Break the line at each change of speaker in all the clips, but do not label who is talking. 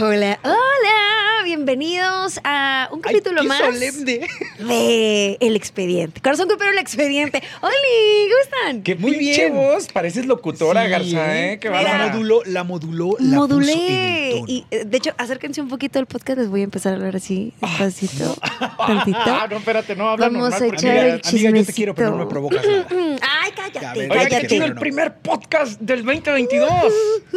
Hola, hola, bienvenidos a un
Ay,
capítulo
qué
más
solemne.
de El Expediente. Corazón Cupero, El Expediente. Oli, ¿cómo están?
Qué
Muy
pinche
bien.
voz, pareces locutora,
Sí,
Garza, ¿eh? Qué
Mira.
La
bárbara.
moduló, la moduló, la puso en el
Modulé.
tono.
Y, eh, de hecho, acérquense un poquito al podcast, les voy a empezar a hablar así, despacito,
Ah,
tantito.
no, espérate, no habla
Vamos
normal,
a
porque
echar
mira,
el
amiga, yo te quiero, pero no me
chismecito.
provocas nada.
Ay,
Ya,
cállate,
ven,
Oigan,
Ay, cállate,
aquí en
cállate. Uh,
el
no.
primer podcast del 2022.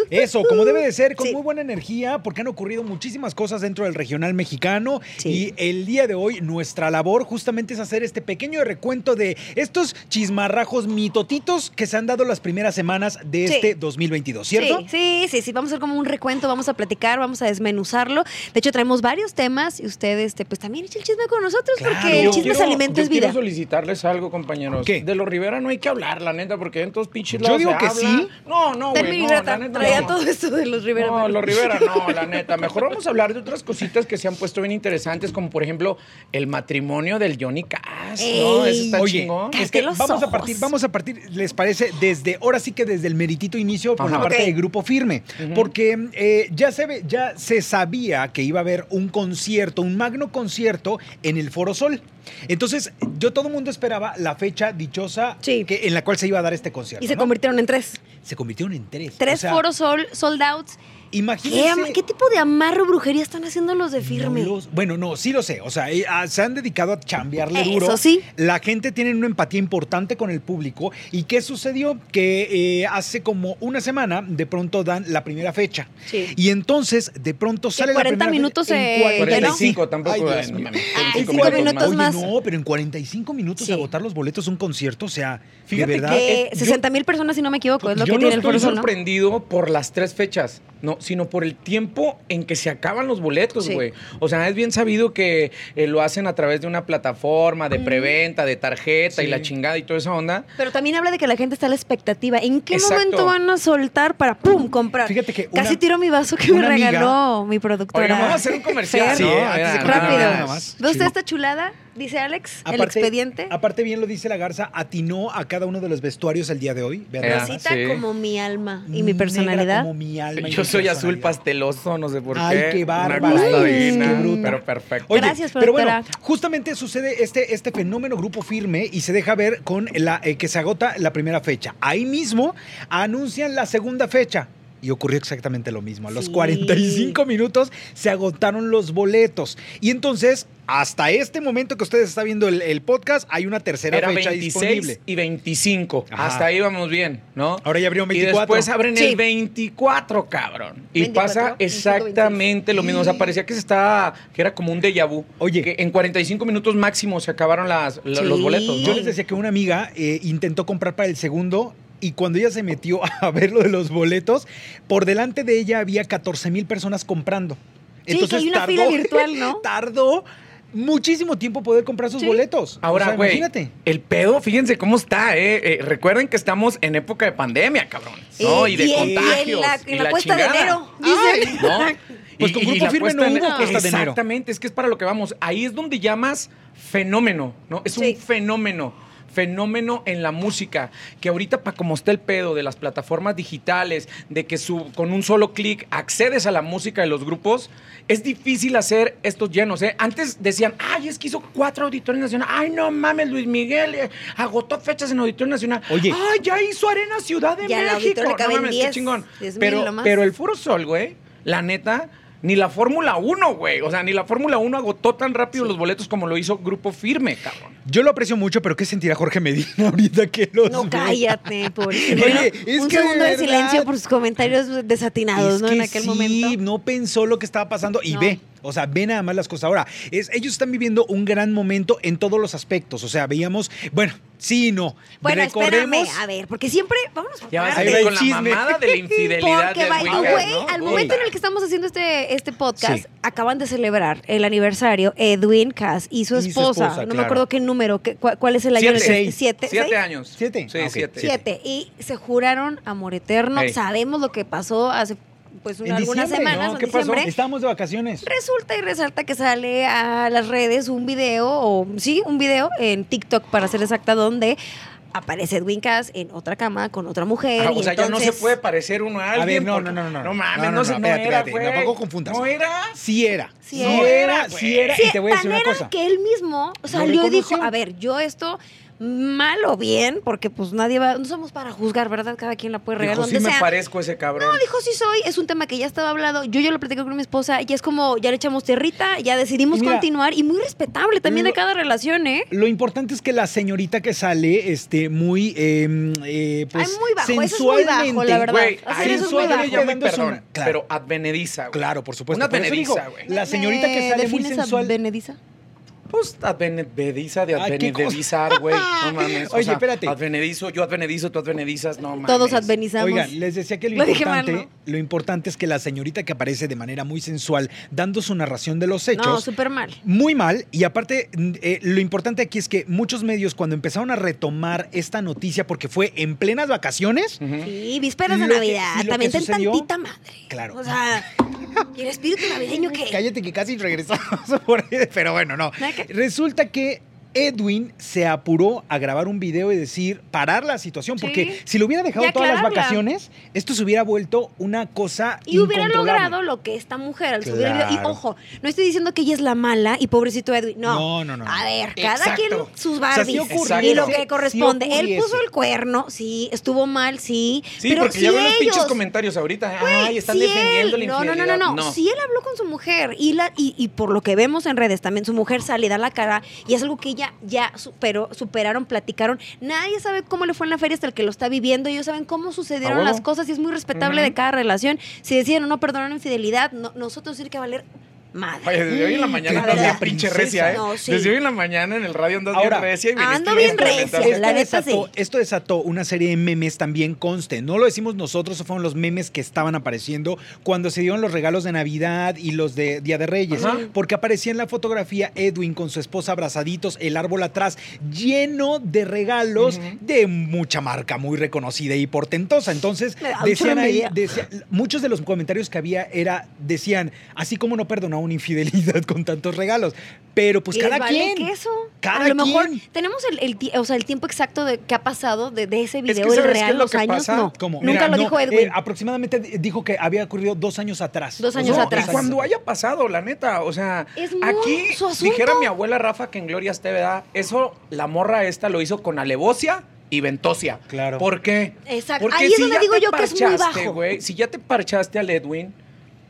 Eso, como debe de ser, con
Sí.
muy buena energía, porque han ocurrido muchísimas cosas dentro del regional mexicano.
Sí.
Y el día de hoy, nuestra labor justamente es hacer este pequeño recuento de estos chismarrajos mitotitos que se han dado las primeras semanas de
Sí.
este 2022, ¿cierto?
Sí, sí, sí, sí. Vamos a hacer como un recuento, vamos a platicar, vamos a desmenuzarlo. De hecho, traemos varios temas y ustedes, este, pues también echen el chisme con nosotros,
Claro.
porque el
Yo
chisme es
quiero-
alimento,
yo
es vida.
Quiero solicitarles algo, compañeros.
¿Qué?
De los Rivera no hay que hablar, la neta, porque en todos pinches
Yo
lados
digo
se
que
habla.
sí.
No, no, güey,
Termi
no,
Rivera
la neta,
traía
no.
todo esto de los Rivera.
No, los Rivera no, la neta. Mejor vamos a hablar de otras cositas que se han puesto bien interesantes, como por ejemplo el matrimonio del Johnny Cass. No,
Ey.
eso está
Oye,
chingón.
Cállate
es que
los
vamos a
ojos.
partir, vamos a partir, ¿les parece? Desde, ahora sí que desde el meritito inicio por
Ajá.
la parte
Ok.
de grupo firme. Porque eh, ya se ve, ya se sabía que iba a haber un concierto, un magno concierto en el Foro Sol. Entonces, yo todo el mundo esperaba la fecha dichosa
Sí.
que, en la cual se iba a dar este concierto.
Y se
¿no?
convirtieron en tres.
Se convirtieron en tres.
Tres
O sea,
foros sol, sold outs. ¿Qué, ama-
Imagínense.
qué tipo de amarro brujería están haciendo los de firme?
No los- bueno, no, sí lo sé. O sea, eh, ah, se han dedicado a chambearle
Eso
duro.
sí.
La gente tiene una empatía importante con el público. ¿Y qué sucedió? Que eh, hace como una semana de pronto dan la primera fecha.
Sí.
Y entonces de pronto sale la
40
primera fe-
minutos
en
se
cuarenta y
llenó.
cinco.
45 tampoco.
Ay, Dios
eh,
mío.
no mames,
Ay,
45
cinco minutos
Oye,
más.
no, pero en 45 minutos
Sí.
agotar los boletos de un concierto, o sea,
Fíjate
de verdad. eh,
Que
Yo-
60 mil personas, si no me equivoco, es lo que
Yo no
tiene el
estoy
foro sol, ¿no?
sorprendido por las tres fechas, no, sino por el tiempo en que se acaban los boletos,
Sí.
güey. O sea, es bien sabido que eh, lo hacen a través de una plataforma de preventa, de tarjeta y
Sí.
la chingada y toda esa onda.
Pero también habla de que la gente está a la expectativa. ¿En qué
Exacto.
momento van a soltar para pum comprar?
Fíjate que una-
casi tiro mi vaso que me
una amiga-
regaló mi productora.
Oigan, vamos a hacer un comercial,
Fer,
Sí,
¿no?
antes de
Mira,
continuar,
Rápido.
nada más.
¿Ve usted
Sí.
esta chulada? Dice Alex, el expediente.
Aparte, bien lo dice la Garza, atinó a cada uno de los vestuarios el día de hoy. Vean nada más.
Rosita
sí.
como mi alma y mi
Negra
personalidad.
como mi alma y
Yo
mi
soy azul
personalidad.
pasteloso, no sé por
Ay,
qué.
qué
Una
bárbara,
cosa
ay,
divina,
qué bruta.
Pero perfecto.
Oye,
Gracias,
pero bueno,
productora.
justamente sucede este, este fenómeno grupo firme y se deja ver con la eh, que se agota la primera fecha. Ahí mismo anuncian la segunda fecha. Y ocurrió exactamente lo mismo. A los
Sí.
45 minutos se agotaron los boletos. Y entonces, hasta este momento que ustedes están viendo el, el podcast, hay una tercera
Era
fecha
26
disponible.
y 25.
Ajá.
Hasta ahí vamos bien, ¿no?
Ahora ya abrieron 24.
Y después abren
Sí.
el 24, cabrón. Y
24,
pasa
25,
exactamente lo mismo. O sea, parecía que se estaba, que era como un déjà vu.
Oye.
Que en 45 minutos máximo se acabaron las, lo-
Sí.
los boletos. ¿no?
Yo les decía que una amiga eh, intentó comprar para el segundo y cuando ella se metió a ver lo de los boletos, por delante de ella había 14 mil personas comprando.
Sí, que hay una fila virtual, ¿no?
tardó muchísimo tiempo poder comprar sus boletos. O
Ahora,
sea,
güey,
imagínate.
el pedo, fíjense cómo está, ¿eh? Eh, Recuerden que estamos en época de pandemia, cabrón. ¿no? Y, de
en- y en
contagios.
la, en
y
la cuesta de
chingada.
enero, dicen.
¿no?
Pues con Grupo
la
Firme
puesta
no
en-
hubo cuesta de enero.
Exactamente, es que es para lo que vamos. Ahí es donde llamas fenómeno, ¿no? Es
Sí.
un fenómeno. Fenómeno en la música, que ahorita para como está el pedo de las plataformas digitales, de que su- con un solo clic accedes a la música de los grupos, es difícil hacer estos llenos. ¿eh? Antes decían, ay, es que hizo cuatro auditorios nacionales, ay, no mames, Luis Miguel eh, agotó fechas en Auditorio Nacional,
Oye.
ay, ya hizo Arena Ciudad de
Y al
México,
auditorio le caben
mames,
10,
qué chingón.
10,000
pero,
nomás.
pero el Foro Sol, güey, la neta, ni la Fórmula 1, güey. O sea, ni la Fórmula 1 agotó tan rápido los boletos como lo hizo Grupo Firme, cabrón.
Yo lo aprecio mucho, pero ¿qué sentirá Jorge Medina ahorita que los
No,
ve?
cállate, por
Oye, es
Un
que de
segundo de
verdad.
silencio por sus comentarios desatinados,
Es
¿no?
que
En aquel
sí,
momento.
no pensó lo que estaba pasando y
No.
ve. O sea, ve nada más las cosas. Ahora, es, ellos están viviendo un gran momento en todos los aspectos. O sea, veíamos, bueno, sí y no.
Bueno, espérame,
Recordemos-
a ver, porque siempre, vámonos por
Ya vas a
Ahí
partes.
va
ir
el
con la
chisme.
mamada de la infidelidad
Porque,
del
by the
Wicca,
way,
¿no?
al
Uy.
momento en el que estamos haciendo este, este podcast,
Sí.
acaban de celebrar el aniversario Edwin Cass y su
Y su
esposa.
esposa,
no me
claro.
acuerdo qué número, qué- cuál, cuál es el año.
Siete.
del
Seis.
Siete,
Siete
seis,
años.
¿Siete?
Sí,
Ah, ok.
siete.
siete. Y se juraron amor eterno.
Ey.
Sabemos lo que pasó hace pues
En
una- algunas
diciembre,
semanas,
¿no?
en
¿Qué pasó?
diciembre.
Estábamos de vacaciones.
Resulta y resalta que sale a las redes un video, o sí, un video en TikTok para ser exacta, donde aparece Edwin Cass en otra cama con otra mujer.
Ah,
y
o sea, ya no se
entonces-
puede parecer uno a alguien.
A ver, no,
porque-
no, no, no, no.
No mames,
No,
no,
no, no,
se no
espérate,
era,
espérate,
güey.
tampoco confundas.
No era.
Sí era.
Sí
Sí
era,
era,
güey.
sí era.
Sí,
Y te voy a decir
tan
una
era
cosa.
que él mismo salió y dijo,
reconoció.
a ver, yo esto mal o bien, porque pues nadie va, no somos para juzgar, ¿verdad? Cada quien la puede regar
Dijo, sí
donde
me
sea.
parezco a ese cabrón.
No, dijo, sí soy, es un tema que ya estaba hablado, yo ya lo platiqué con mi esposa, y es como, ya le echamos tierrita, ya decidimos
Y mira,
continuar, y muy respetable también de
lo-
cada relación, ¿eh?
Lo importante es que la señorita que sale, este, muy, eh, eh, pues,
Ay, muy bajo, eso es muy bajo,
sensualmente,
la verdad.
Güey,
Hacer
ahí
eso es muy
solo
bajo.
le llamo, y
Dándose
perdón,
una- claro.
pero advenediza, güey.
Claro, por supuesto.
Una
por eso digo,
advenediza, güey.
La señorita que
¿Me
sale muy
defines
sensual.
advenediza?
Pues advenediza de
Ah, qué cosa.
advenedizar, güey. No mames. o
Oye,
sea,
espérate.
Advenedizo, yo advenedizo, tú advenedizas, no mames.
Todos advenizamos.
Oigan, les decía que lo,
Lo dije mal,
importante, lo importante es que la señorita que aparece de manera muy sensual dando su narración de los hechos,
no, súper mal.
Muy mal, y aparte mm, eh, lo importante aquí es que muchos medios cuando empezaron a retomar esta noticia, porque fue en plenas vacaciones,
Mm.
Ujú.
Sí, vísperas de
¿Eh? Lo que-
Navidad,
y lo
también
que
ten
sucedió-
tantita madre.
Claro.
O sea, ¿y el espíritu navideño qué?
cállate que casi regresamos por ahí, pero bueno, no.
Nada que-
Resulta que Edwin se apuró a grabar un video y decir, parar la situación,
Sí.
porque si lo hubiera dejado
Y
todas las
aclararla.
vacaciones, esto se hubiera vuelto una cosa
Y hubiera
incontrolable.
logrado lo que esta mujer al subir el video. Y
Claro.
ojo, no estoy diciendo que ella es la mala y pobrecito Edwin. No.
No, no, no. no.
A ver, cada
Exacto.
quien sus
sea,
Barbies
sí
ocurrió.
y lo
Sí,
que
sí
corresponde. Él
ocurriese.
puso el cuerno, sí, estuvo mal, sí.
Sí,
pero
porque
si
ya veo los pinches
ellos-
comentarios ahorita.
Güey,
Ay, están
si
defendiendo
él-
la
no, no,
infidelidad.
no, no, no, Si él habló con su mujer y, la, y, y por lo que vemos en redes también, su mujer sale, da la cara y es algo que ella ya superó, superaron, platicaron. Nadie sabe cómo le fue en la feria hasta el que lo está viviendo. Ellos saben cómo
A
sucedieron
huevo.
las cosas y es muy respetable
Ah, Ujú.
de cada relación. Si deciden o no perdonar una infidelidad, no- nosotros tiene que valer madre.
Oye, desde hoy en la mañana
la
andas bien
verdad.
pinche recia, ¿eh?
No, sí.
Desde hoy en la mañana en el radio andas
Ahora,
bien recia y viniste
ando
y
bien
desconectaste.
recia, la neta,
desató,
sí.
esto desató una serie de memes también conste. No lo decimos nosotros, fueron los memes que estaban apareciendo cuando se dieron los regalos de Navidad y los de Día de Reyes.
Ajá.
Porque aparecía en la fotografía Edwin con su esposa abrazaditos, el árbol atrás, lleno de regalos
Ujú.
de mucha marca muy reconocida y portentosa. Entonces,
Me da mucha
decían ahí,
envidia.
decía- muchos de los comentarios que había era, decían, así como no perdonó una infidelidad con tantos regalos. Pero pues
Y les
cada
vale
quien.
queso.
Cada
a lo mejor
quien.
tenemos el, el ti- o sea, el tiempo exacto de que ha pasado de, de ese video,
que
el
¿sabes qué
real,
es lo
los
que
años,
pasa?
no.
¿Cómo?
Nunca
Mira,
lo
no,
dijo
eh,
Edwin.
aproximadamente di- dijo que había ocurrido dos años atrás.
Dos años
No, y
atrás.
cuando haya pasado, la neta, o sea,
Es muy
aquí
su asunto.
dijera mi abuela Rafa que en Gloria esté, ¿verdad? Eso la morra esta lo hizo con alevosia y ventosia.
Claro.
¿Por qué?
Exacto.
Porque
Ahí es
si
donde
ya
digo
te
yo que es muy
parchaste,
bajo.
güey, si ya te parchaste al Edwin,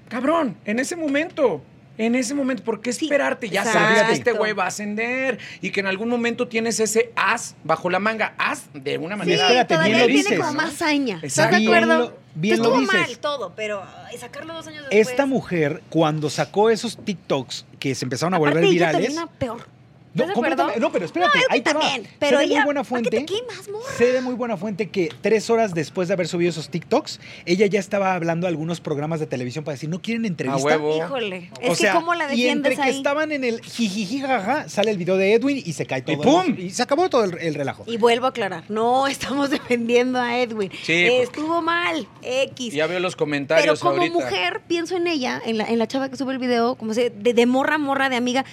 cabrón, en ese momento. En ese momento, ¿por qué
Sí,
esperarte? Ya sabes
exacto.
que este güey va a ascender y que en algún momento tienes ese as bajo la manga, as de una
Sí,
manera.
Espérate,
todavía
bien
tiene
lo dices,
como
¿no?
más haña.
Exacto.
¿Estás de acuerdo?
Bien lo- bien
Que
lo
estuvo
dices.
mal todo, pero ay, sacarlo dos años después.
Esta mujer, cuando sacó esos TikToks que se empezaron a
Aparte,
volver
ella
virales.
termina peor.
No,
¿Estás de
completamente-
acuerdo?
no, pero espérate,
No,
ahí
Edwin
te va.
también.
Sé
Pero
de
ella,
muy buena
¿para qué
fuente.
te quemas, morra?
Sé de muy buena fuente que tres horas después de haber subido esos TikToks, ella ya estaba hablando a algunos programas de televisión para decir, no quieren entrevista.
A huevo.
Híjole.
Oh. O
Es que
sea,
cómo la
y entre
defiendes
que
ahí.
estaban en el jijiji jajaja, sale el video de Edwin y se cae todo.
Y ¡pum!
el- Y se acabó todo el, el relajo.
Y vuelvo a aclarar, no estamos defendiendo a Edwin.
Sí,
Eh,
porque-
Estuvo mal, X.
Ya veo los comentarios
Pero como
ahorita.
mujer, pienso en ella, en la, en la chava que sube el video, como se, de, de morra, morra, de amiga.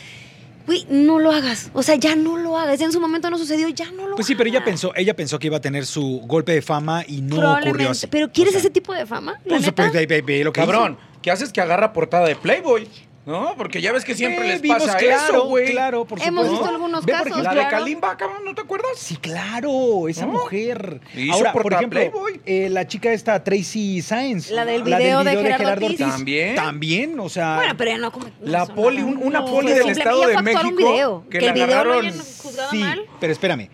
Güey, no lo hagas. O sea, ya no lo hagas. Ya en su momento no sucedió, ya no lo
Pues sí, pero ella
hagas.
pensó, ella pensó que iba a tener su golpe de fama y no
Probablemente.
ocurrió así.
Pero ¿quieres
O sea,
ese tipo de fama? ¿La
Pues,
neta?
pues, ve- ve- ve lo que
Cabrón, ¿qué haces que agarra portada de Playboy? ¿No? Porque ya ves que
hizo.
siempre
Eh,
les
vimos,
pasa
claro,
eso, güey.
Claro, por
Hemos
supuesto.
visto
¿No?
algunos
Ve, por
casos,
La
ejemplo,
de
claro.
Kalimba, cabrón, ¿no te acuerdas?
Sí, claro, esa
¿No?
mujer.
Y hizo
Ahora, por
portada
ejemplo,
Playboy.
eh, la chica esta, Tracy Sáenz.
La del video de Gerardo Ortiz.
También.
También, o sea.
Bueno, pero ya no como. no
La
hizo
poli,
nada.
un- una
No,
poli
fue
del
simple-
Estado
ella
de
fue a actuar
México
un video.
que
Que,
la
el video
agarraron-
lo hayan juzgado
sí,
mal.
pero espérame.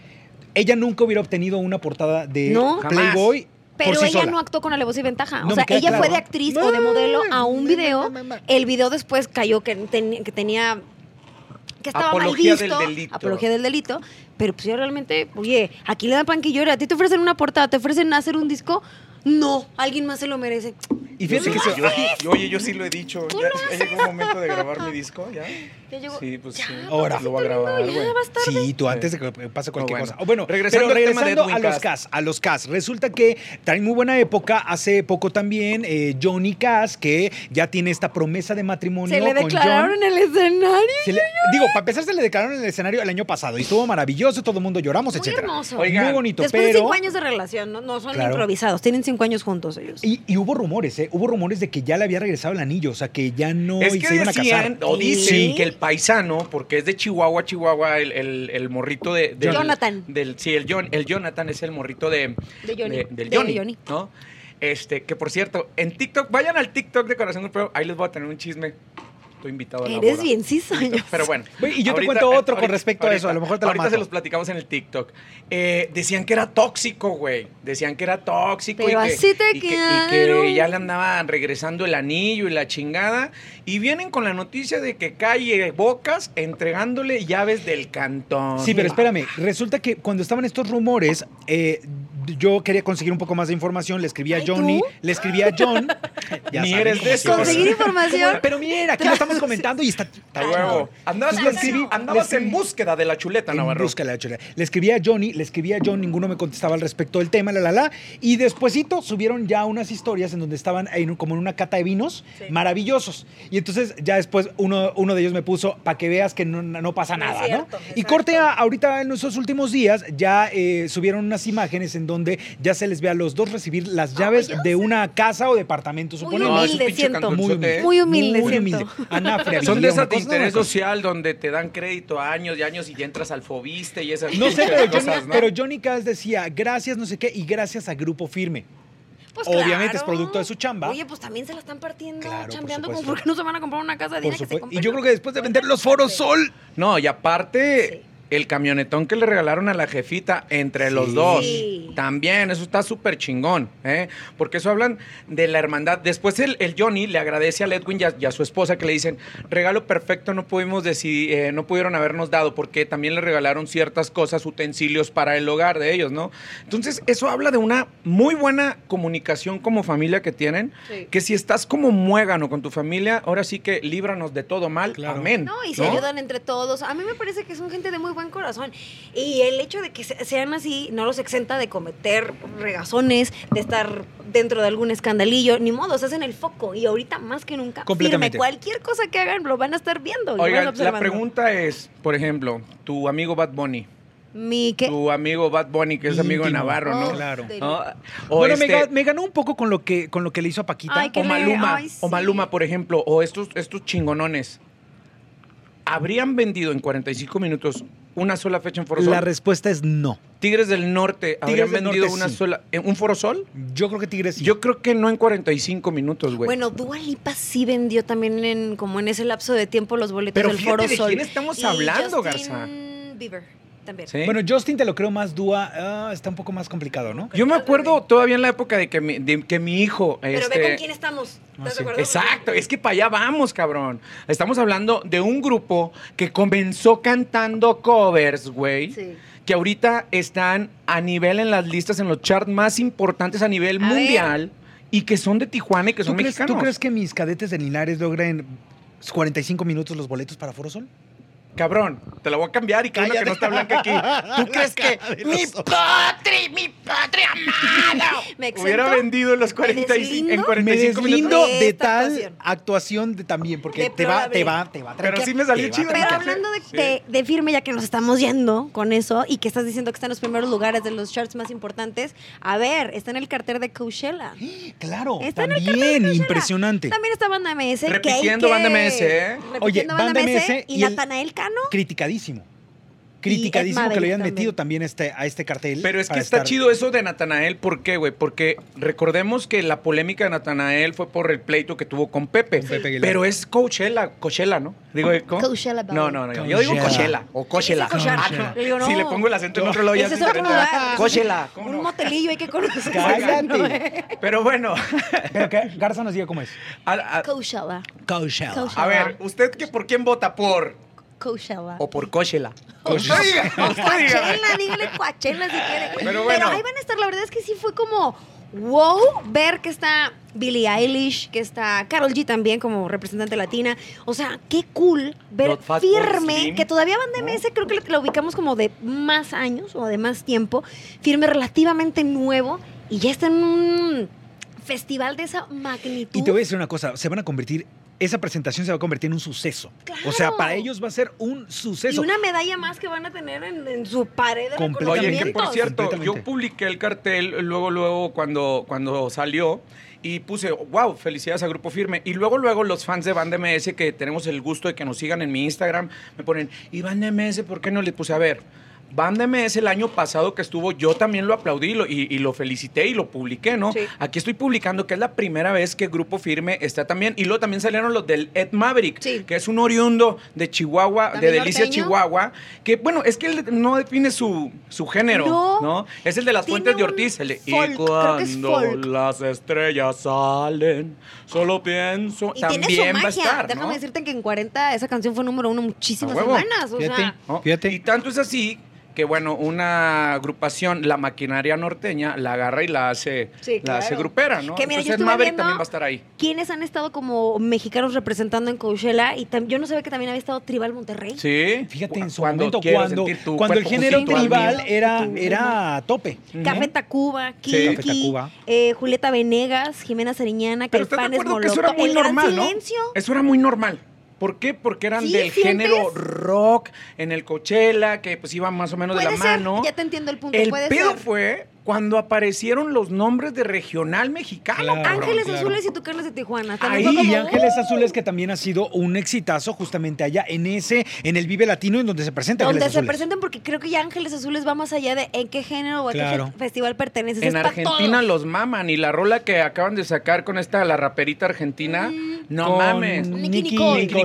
Ella nunca hubiera obtenido una portada de
No.
Jamás.
Playboy.
Pero
por sí
ella
sola.
no actuó con alevosía y ventaja.
No,
o sea,
me queda
ella
claro.
fue de actriz o de modelo a un video. El video después cayó que, ten- que tenía. que estaba
Apología
mal visto.
del delito.
Apología del delito. Pero pues yo realmente, oye, aquí le dan pan que llore. A ti te ofrecen una portada, te ofrecen hacer un disco. No, alguien más se lo merece.
Y fíjate
Yo
que
sí-
se-
yo- yo- oye, yo sí lo he dicho.
Tú
Ya,
lo
ya
haces.
llegó un momento de grabar mi disco, ¿ya?
Ya llegó.
Sí, pues sí.
Ahora.
Lo voy a grabar,
Ya
güey.
vas tarde.
Sí, tú antes de que pase cualquier
No, bueno.
cosa. O bueno,
Regresando
pero
al tema de
regresando a
Edwin
los
Cass.
Cas, a los Cas. Resulta que traen muy buena época. Hace poco también eh, Johnny Cas, que ya tiene esta promesa de matrimonio
Se le
con John.
declararon en el escenario.
Se le- digo, para empezar, se le declararon en el escenario el año pasado y estuvo maravilloso, todo el mundo lloramos,
Muy
etcétera.
hermoso.
Oigan,
Muy bonito,
Después de
pero.
cinco años de relación, no, no son
Claro.
improvisados, tienen cinco años juntos ellos.
Y, y hubo rumores, ¿eh? Hubo rumores de que ya le había regresado el anillo, o sea, que ya no
Es
y
que
se iban a
decían
casar.
o dicen
Sí.
que el paisano, porque es de Chihuahua, Chihuahua, el, el- el morrito de, del-
Jonathan.
Del, sí, el, John, el Jonathan es el morrito de,
De Johnny.
de- del
De
Johnny,
Johnny.
¿no? Este, que por cierto, en TikTok, vayan al TikTok de Corazón Grupero, ahí les voy a tener un chisme. Estoy invitado a la
Eres
boda.
bien cizañoso.
Pero bueno. eh,
Güey, y yo te cuento otro con respecto a eso, a lo mejor te lo
Ahorita
mato.
se los platicamos en el TikTok. Eh, decían que era tóxico, güey. Decían que era tóxico.
Pero
y que,
así te
y que- y que
quedaron.
ya le andaban regresando el anillo y la chingada. Y vienen con la noticia de que calle Bocas entregándole llaves del cantón.
Sí, pero espérame, resulta que cuando estaban estos rumores, eh, yo quería conseguir un poco más de información, le escribí a
Ay, ¿tú?
Johnny, le escribí a John.
Ni
saben
eres de
cómo
esos.
soy.
Conseguir información.
Pero mira, aquí lo estamos comentando y está... está
A huevo.
chingón.
Andabas,
Entonces,
en-
le escribí- le
andabas
escribí-
en búsqueda de la chuleta,
en
Navarro.
busca de la chuleta. Le escribí a Johnny, le escribí a John, ninguno me contestaba al respecto del tema, la la la. Y despuesito subieron ya unas historias en donde estaban en un- como en una cata de vinos
Sí.
maravillosos. Y entonces ya después uno, uno de ellos me puso para que veas que no, no pasa
No es
nada,
cierto,
¿no? Y
exacto.
corte a- ahorita en esos últimos días ya eh, subieron unas imágenes en donde ya se les ve a los dos recibir las llaves
ya
de una casa o departamento,
humilde,
suponemos.
es un pinche
siento.
cantonzote, ¿eh?
Muy humilde,
Muy
siento.
humilde. Anafre,
Son de
habilidad,
esas
una cosa,
de
no, una
interés
cosa.
social donde te dan crédito a años y años y ya entras al fobiste y esas
No sé,
pinches
pero
cosas,
Johnny,
¿no?
pero Johnny Cass decía, gracias, no sé qué, y gracias a Grupo Firme.
Pues
Obviamente
claro.
es producto de su chamba.
Oye, pues también se la están partiendo,
Claro, por
chambeando, como
supuesto.
porque no se van a comprar una casa.
Por
Dile que se
supuesto.
compren
Y yo
una.
creo que después de vender los foros Sol.
No, y aparte,
Sí.
el camionetón que le regalaron a la jefita entre
Sí.
los dos.
Sí.
También, eso está súper chingón, ¿eh? Porque eso hablan de la hermandad. Después el, el Johnny le agradece a Ledwin y a, y a su esposa que le dicen, regalo perfecto, no pudimos decidir, eh, no pudieron habernos dado, porque también le regalaron ciertas cosas, utensilios para el hogar de ellos, ¿no? Entonces, eso habla de una muy buena comunicación como familia que tienen,
Sí.
que si estás como muégano con tu familia, ahora sí que líbranos de todo mal.
Claro.
Amén.
No, y se ayudan entre todos. A mí me parece que son gente de muy buen corazón. Y el hecho de que se- sean así no los exenta de cometer regazones, de estar dentro de algún escandalillo. Ni modo, se hacen el foco. Y ahorita más que nunca,
Completamente.
firme. Cualquier cosa que hagan lo van a estar viendo. y lo van a
Oigan,
estar
la
observando.
pregunta es, por ejemplo, tu amigo Bad Bunny,
Mi que.
tu amigo Bad Bunny que es amigo de
Íntimo.
Navarro, ¿no?
Oh,
Claro.
de-
¿No? O,
Bueno,
este,
me, ga- me ganó un poco con lo que, con lo que le hizo a Paquita.
Ay, qué
o Maluma,
Ay, sí.
o Maluma, por ejemplo, o estos, estos chingonones, ¿habrían vendido en 45 minutos una sola fecha en Forosol?
la respuesta es no.
Tigres del Norte, ¿habrían
del
vendido
Norte,
una
sí.
sola, eh, un Forosol?
Yo creo que Tigres sí.
Yo creo que no en 45 minutos, güey.
Bueno, Dua Lipa sí vendió también en como en ese lapso de tiempo los boletos
Pero
del
fíjate
Foro
de
Sol.
quién estamos
Y Justin
hablando, Garza.
Bieber también.
¿Sí?
Bueno, Justin te lo creo más dúa. ah, está un poco más complicado, ¿no?
yo me acuerdo todavía en la época de que mi, de que mi hijo...
Pero
este,
ve con quién estamos. ¿Estás
sí.
de acuerdo?
Exacto, es que para allá vamos, cabrón. Estamos hablando de un grupo que comenzó cantando covers, güey.
Sí.
Que ahorita están a nivel en las listas, en los charts más importantes a nivel
A ver.
mundial. Y que son de Tijuana y que
¿Tú
son
crees, tú
mexicanos.
crees que mis cadetes de Linares logren 45 minutos los boletos para Foro Sol?
Cabrón, te la voy a cambiar y claro que no está blanca aquí. ¿Tú crees que mi patria, mi patria amada
Me exento,
hubiera vendido en los 45
deslindo,
en
Me
45 minutos?
deslindo
minutos.
de
Esta
tal
actuación.
actuación de, también, porque te va,
Deplorable.
te va, te va. a
Pero
tranquear,
sí me salió
te va a
chido.
Pero
tranquear.
hablando de,
Sí.
de- de firme, ya que nos estamos yendo con eso y que estás diciendo que está en los primeros lugares de los charts más importantes, a ver, está en el cartel de Coachella.
Claro,
Está en el cartel
también
de Coachella.
impresionante.
También está Banda MS. que hay
Repitiendo
que-
Banda MS, ¿eh?
Repitiendo
Oye, Banda MS
y,
y el-
Natanael Cano.
criticadísimo.
Ed
Criticadísimo que
Maverick
lo hayan
también.
metido también a este, a este cartel.
Pero es que
para
está
estar-
chido eso de Natanael, ¿por qué, güey? Porque recordemos que la polémica de Natanael fue por el pleito que tuvo con Pepe.
Con Pepe Aguilar.
pero es Coachella, Coachella, ¿no? Digo, ¿eh? ¿cómo?
Coachella, Bauer.
No, no, no. Yo digo
Coachella.
Coachella o Coachella.
Ese es Coachella.
Ah,
Le digo, no.
Si le pongo el acento en otro lado ya
Ese
es
es otro
diferente.
lugar.
Coachella. ¿cómo
Un
no?
motelillo hay que conocer.
Cállate.
¿no, eh?
Pero bueno,
Pero que Garza nos diga cómo es.
a, a-
Coachella.
Coachella.
Coachella.
a ver, ¿usted que por quién vota? ¿Por
Coachella.
o por Coachella?
Coachella.
Usted diga, usted diga.
Coachella, dígale Coachella si quiere.
Pero
Pero,
bueno.
ahí van a estar, la verdad es que sí fue como wow ver que está Billie Eilish, que está Carol G también como representante latina. O sea, qué cool ver
Not Fat Boy
firme,
Slim.
que todavía Banda MS creo que la ubicamos como de más años o de más tiempo, firme relativamente nuevo y ya está en un festival de esa magnitud.
Y te voy a decir una cosa, se van a convertir, esa presentación se va a convertir en un suceso. O sea,
Claro.
para ellos va a ser un
Y
suceso.
una medalla más que van a tener en, en su pared de
Completamente.
Oye, que por
reconocimientos.
cierto, yo
Completamente.
publiqué el cartel luego, luego cuando, cuando salió y puse, wow, felicidades a Grupo Firme. Y luego, luego los fans de Banda MS que tenemos el gusto de que nos sigan en mi Instagram, me ponen, ¿y Banda MS por qué no le puse a ver? Banda MS el año pasado que estuvo, yo también lo aplaudí lo- y, y lo felicité y lo publiqué, ¿no?
Sí.
Aquí estoy publicando que es la primera vez que Grupo Firme está también. Y luego también salieron los del Ed Maverick,
Sí.
que es un oriundo de Chihuahua, de
También
Delicia
norteño.
Chihuahua, que bueno, es que él no define su, su género,
No.
no. Es el de las
Tiene
fuentes de
un
Ortiz. el de,
folk,
y
creo que es
cuando
folk".
las estrellas salen, solo pienso.
Y
también
tiene su
va a
magia.
estar.
Déjame
¿no?
decirte que en 40 esa canción fue número uno muchísimas
A huevo.
semanas. O
Fíjate.
sea,
¿no?
Fíjate.
Y tanto es así que, bueno, una agrupación, la maquinaria norteña, la agarra y la hace,
Sí,
la
claro.
hace grupera, ¿no?
Que mira, yo
Entonces
estuve
Maverick
viendo-
también va a estar ahí.
quienes han estado como mexicanos representando en Coachella y tam- yo no sabía que también había estado Tribal Monterrey.
Sí.
Fíjate en su
Cuando
momento,
quiero
cuando,
sentir tu
cuando el
cuerpo
género
junto al mío.
tribal era,
Ujú.
era a tope.
Ujú.
Café Tacuba,
Sí.
Kinky,
Café Tacuba.
eh, Julieta Venegas, Jimena Sariñana,
Pero estás de
Caifanes
acuerdo que eso
Molotov,
era muy
El Gran
normal, ¿no?
Silencio.
Eso era muy normal. ¿Por qué? Porque eran
Sí,
del
¿sientes?
género rock en el Coachella, que pues iban más o menos de
Puede
la
ser,
mano.
ya te entiendo el punto,
El
puede
pedo
ser.
fue cuando aparecieron los nombres de regional mexicano,
Claro.
cabrón.
Ángeles
claro.
Azules y tú Carlos de Tijuana.
Ahí,
También fue como,
Y Ángeles
¡uh!
Azules, que también ha sido un exitazo justamente allá en ese, en el Vive Latino, en donde se presenta
Donde
Ángeles
se
Azules.
presenten porque creo que ya Ángeles Azules va más allá de en qué género o a
Claro.
qué fe- festival perteneces.
En
Es pa'
Argentina
todos.
los maman y la rola que acaban de sacar con esta, la raperita argentina, no
Con
mames.
Nicki
Nicky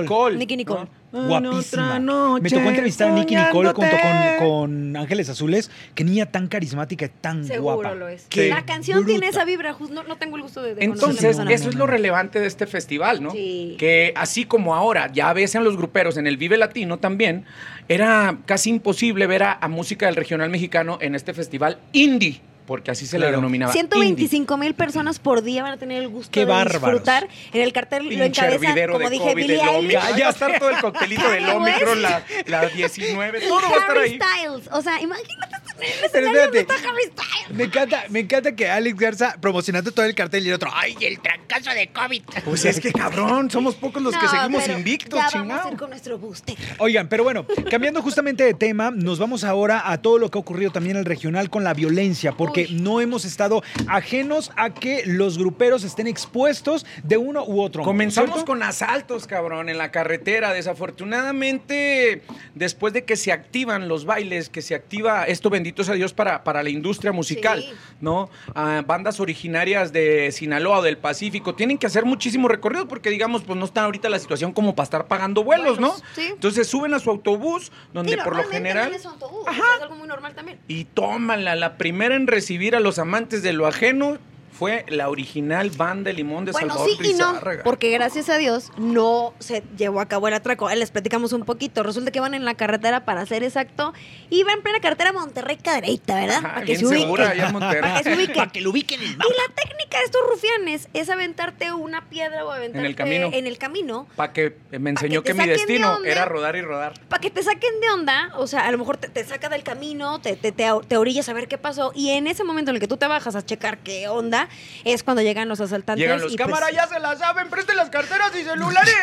Nicole.
Nicki Nicole.
Mm.
Ah,
Nicki Nicole.
¿no?
Guapísima. Me tocó entrevistar a Nicky Nicole junto con, con Ángeles Azules. Qué niña tan carismática, tan
Seguro
guapa.
lo es.
Qué
La canción tiene
bruta.
esa vibra, justo- no, no tengo el gusto de, de conocerla
Entonces,
personalmente.
eso es lo relevante de este festival, ¿no?
Sí.
Que así como ahora ya ves en los gruperos, en el Vive Latino también, era casi imposible ver a, a música del regional mexicano en este festival indie, porque así se le
Claro.
denominaba.
125 mil personas por día van a tener el gusto
Qué
de
bárbaros.
disfrutar. En el cartel
indie.
lo
Pinche
encabeza,
hervidero
como
de
dije,
COVID,
Billie
del
Eilish.
Omicron. Ahí va a estar todo el coctelito del
Kanye West.
Omicron, la, la 19,
Y
todo va a estar
Harry
ahí.
Styles. O sea, imagínate tener el
Pero
escenario donde está
espérate.
Harry Styles.
Me encanta, me encanta que Alex Garza promocionando todo el cartel y el otro, ¡ay, el trancazo de COVID!
Pues es que cabrón, somos pocos los que
No,
seguimos
pero
invictos,
Ya vamos a ir
chingado.
con nuestro booster.
Oigan, pero bueno, cambiando justamente de tema, nos vamos ahora a todo lo que ha ocurrido también en el regional con la violencia, porque
Uy.
no hemos estado ajenos a que los gruperos estén expuestos de uno u otro. modo,
Comenzamos
¿cierto?
con asaltos, cabrón, en la carretera. Desafortunadamente, después de que se activan los bailes, que se activa esto, bendito sea Dios, para, para la industria musical,
Sí.
¿no? Ah, bandas originarias de Sinaloa o del Pacífico tienen que hacer muchísimo recorrido porque, digamos, pues no está ahorita la situación como para estar pagando vuelos, ¿no?
Vuelos, sí.
Entonces suben a su autobús, donde
Sí,
por lo
normalmente
general.
también es autobús, o sea, Es algo muy normal también.
Y tómala, la primera en recibir a los amantes de lo ajeno fue la original Banda Limón de
Bueno,
Salvador
sí y no,
Lizárraga.
porque gracias a Dios no se llevó a cabo el atraco. Ahí Les platicamos un poquito. Resulta que van en la carretera, para ser exacto, y va en plena carretera Monterrey Cadereyta, ¿verdad?
Ajá,
para que
Ah, bien
se ubique.
segura allá en Monterrey.
Para que se ubique.
que lo ubiquen en el
Y la técnica de estos rufianes es aventarte una piedra o aventarte
En el camino.
en el camino
Pa' que me enseñó
Pa' que te
que, mi
saquen de
destino
onda.
era rodar y rodar.
para que te saquen de onda, o sea, a lo mejor te, te saca del camino, te, te, te, te orillas a ver qué pasó, y en ese momento en el que tú te bajas a checar qué onda, es cuando llegan los asaltantes.
Llegan los
y pues-
cámaras, ya se la saben, presten las carteras y celulares.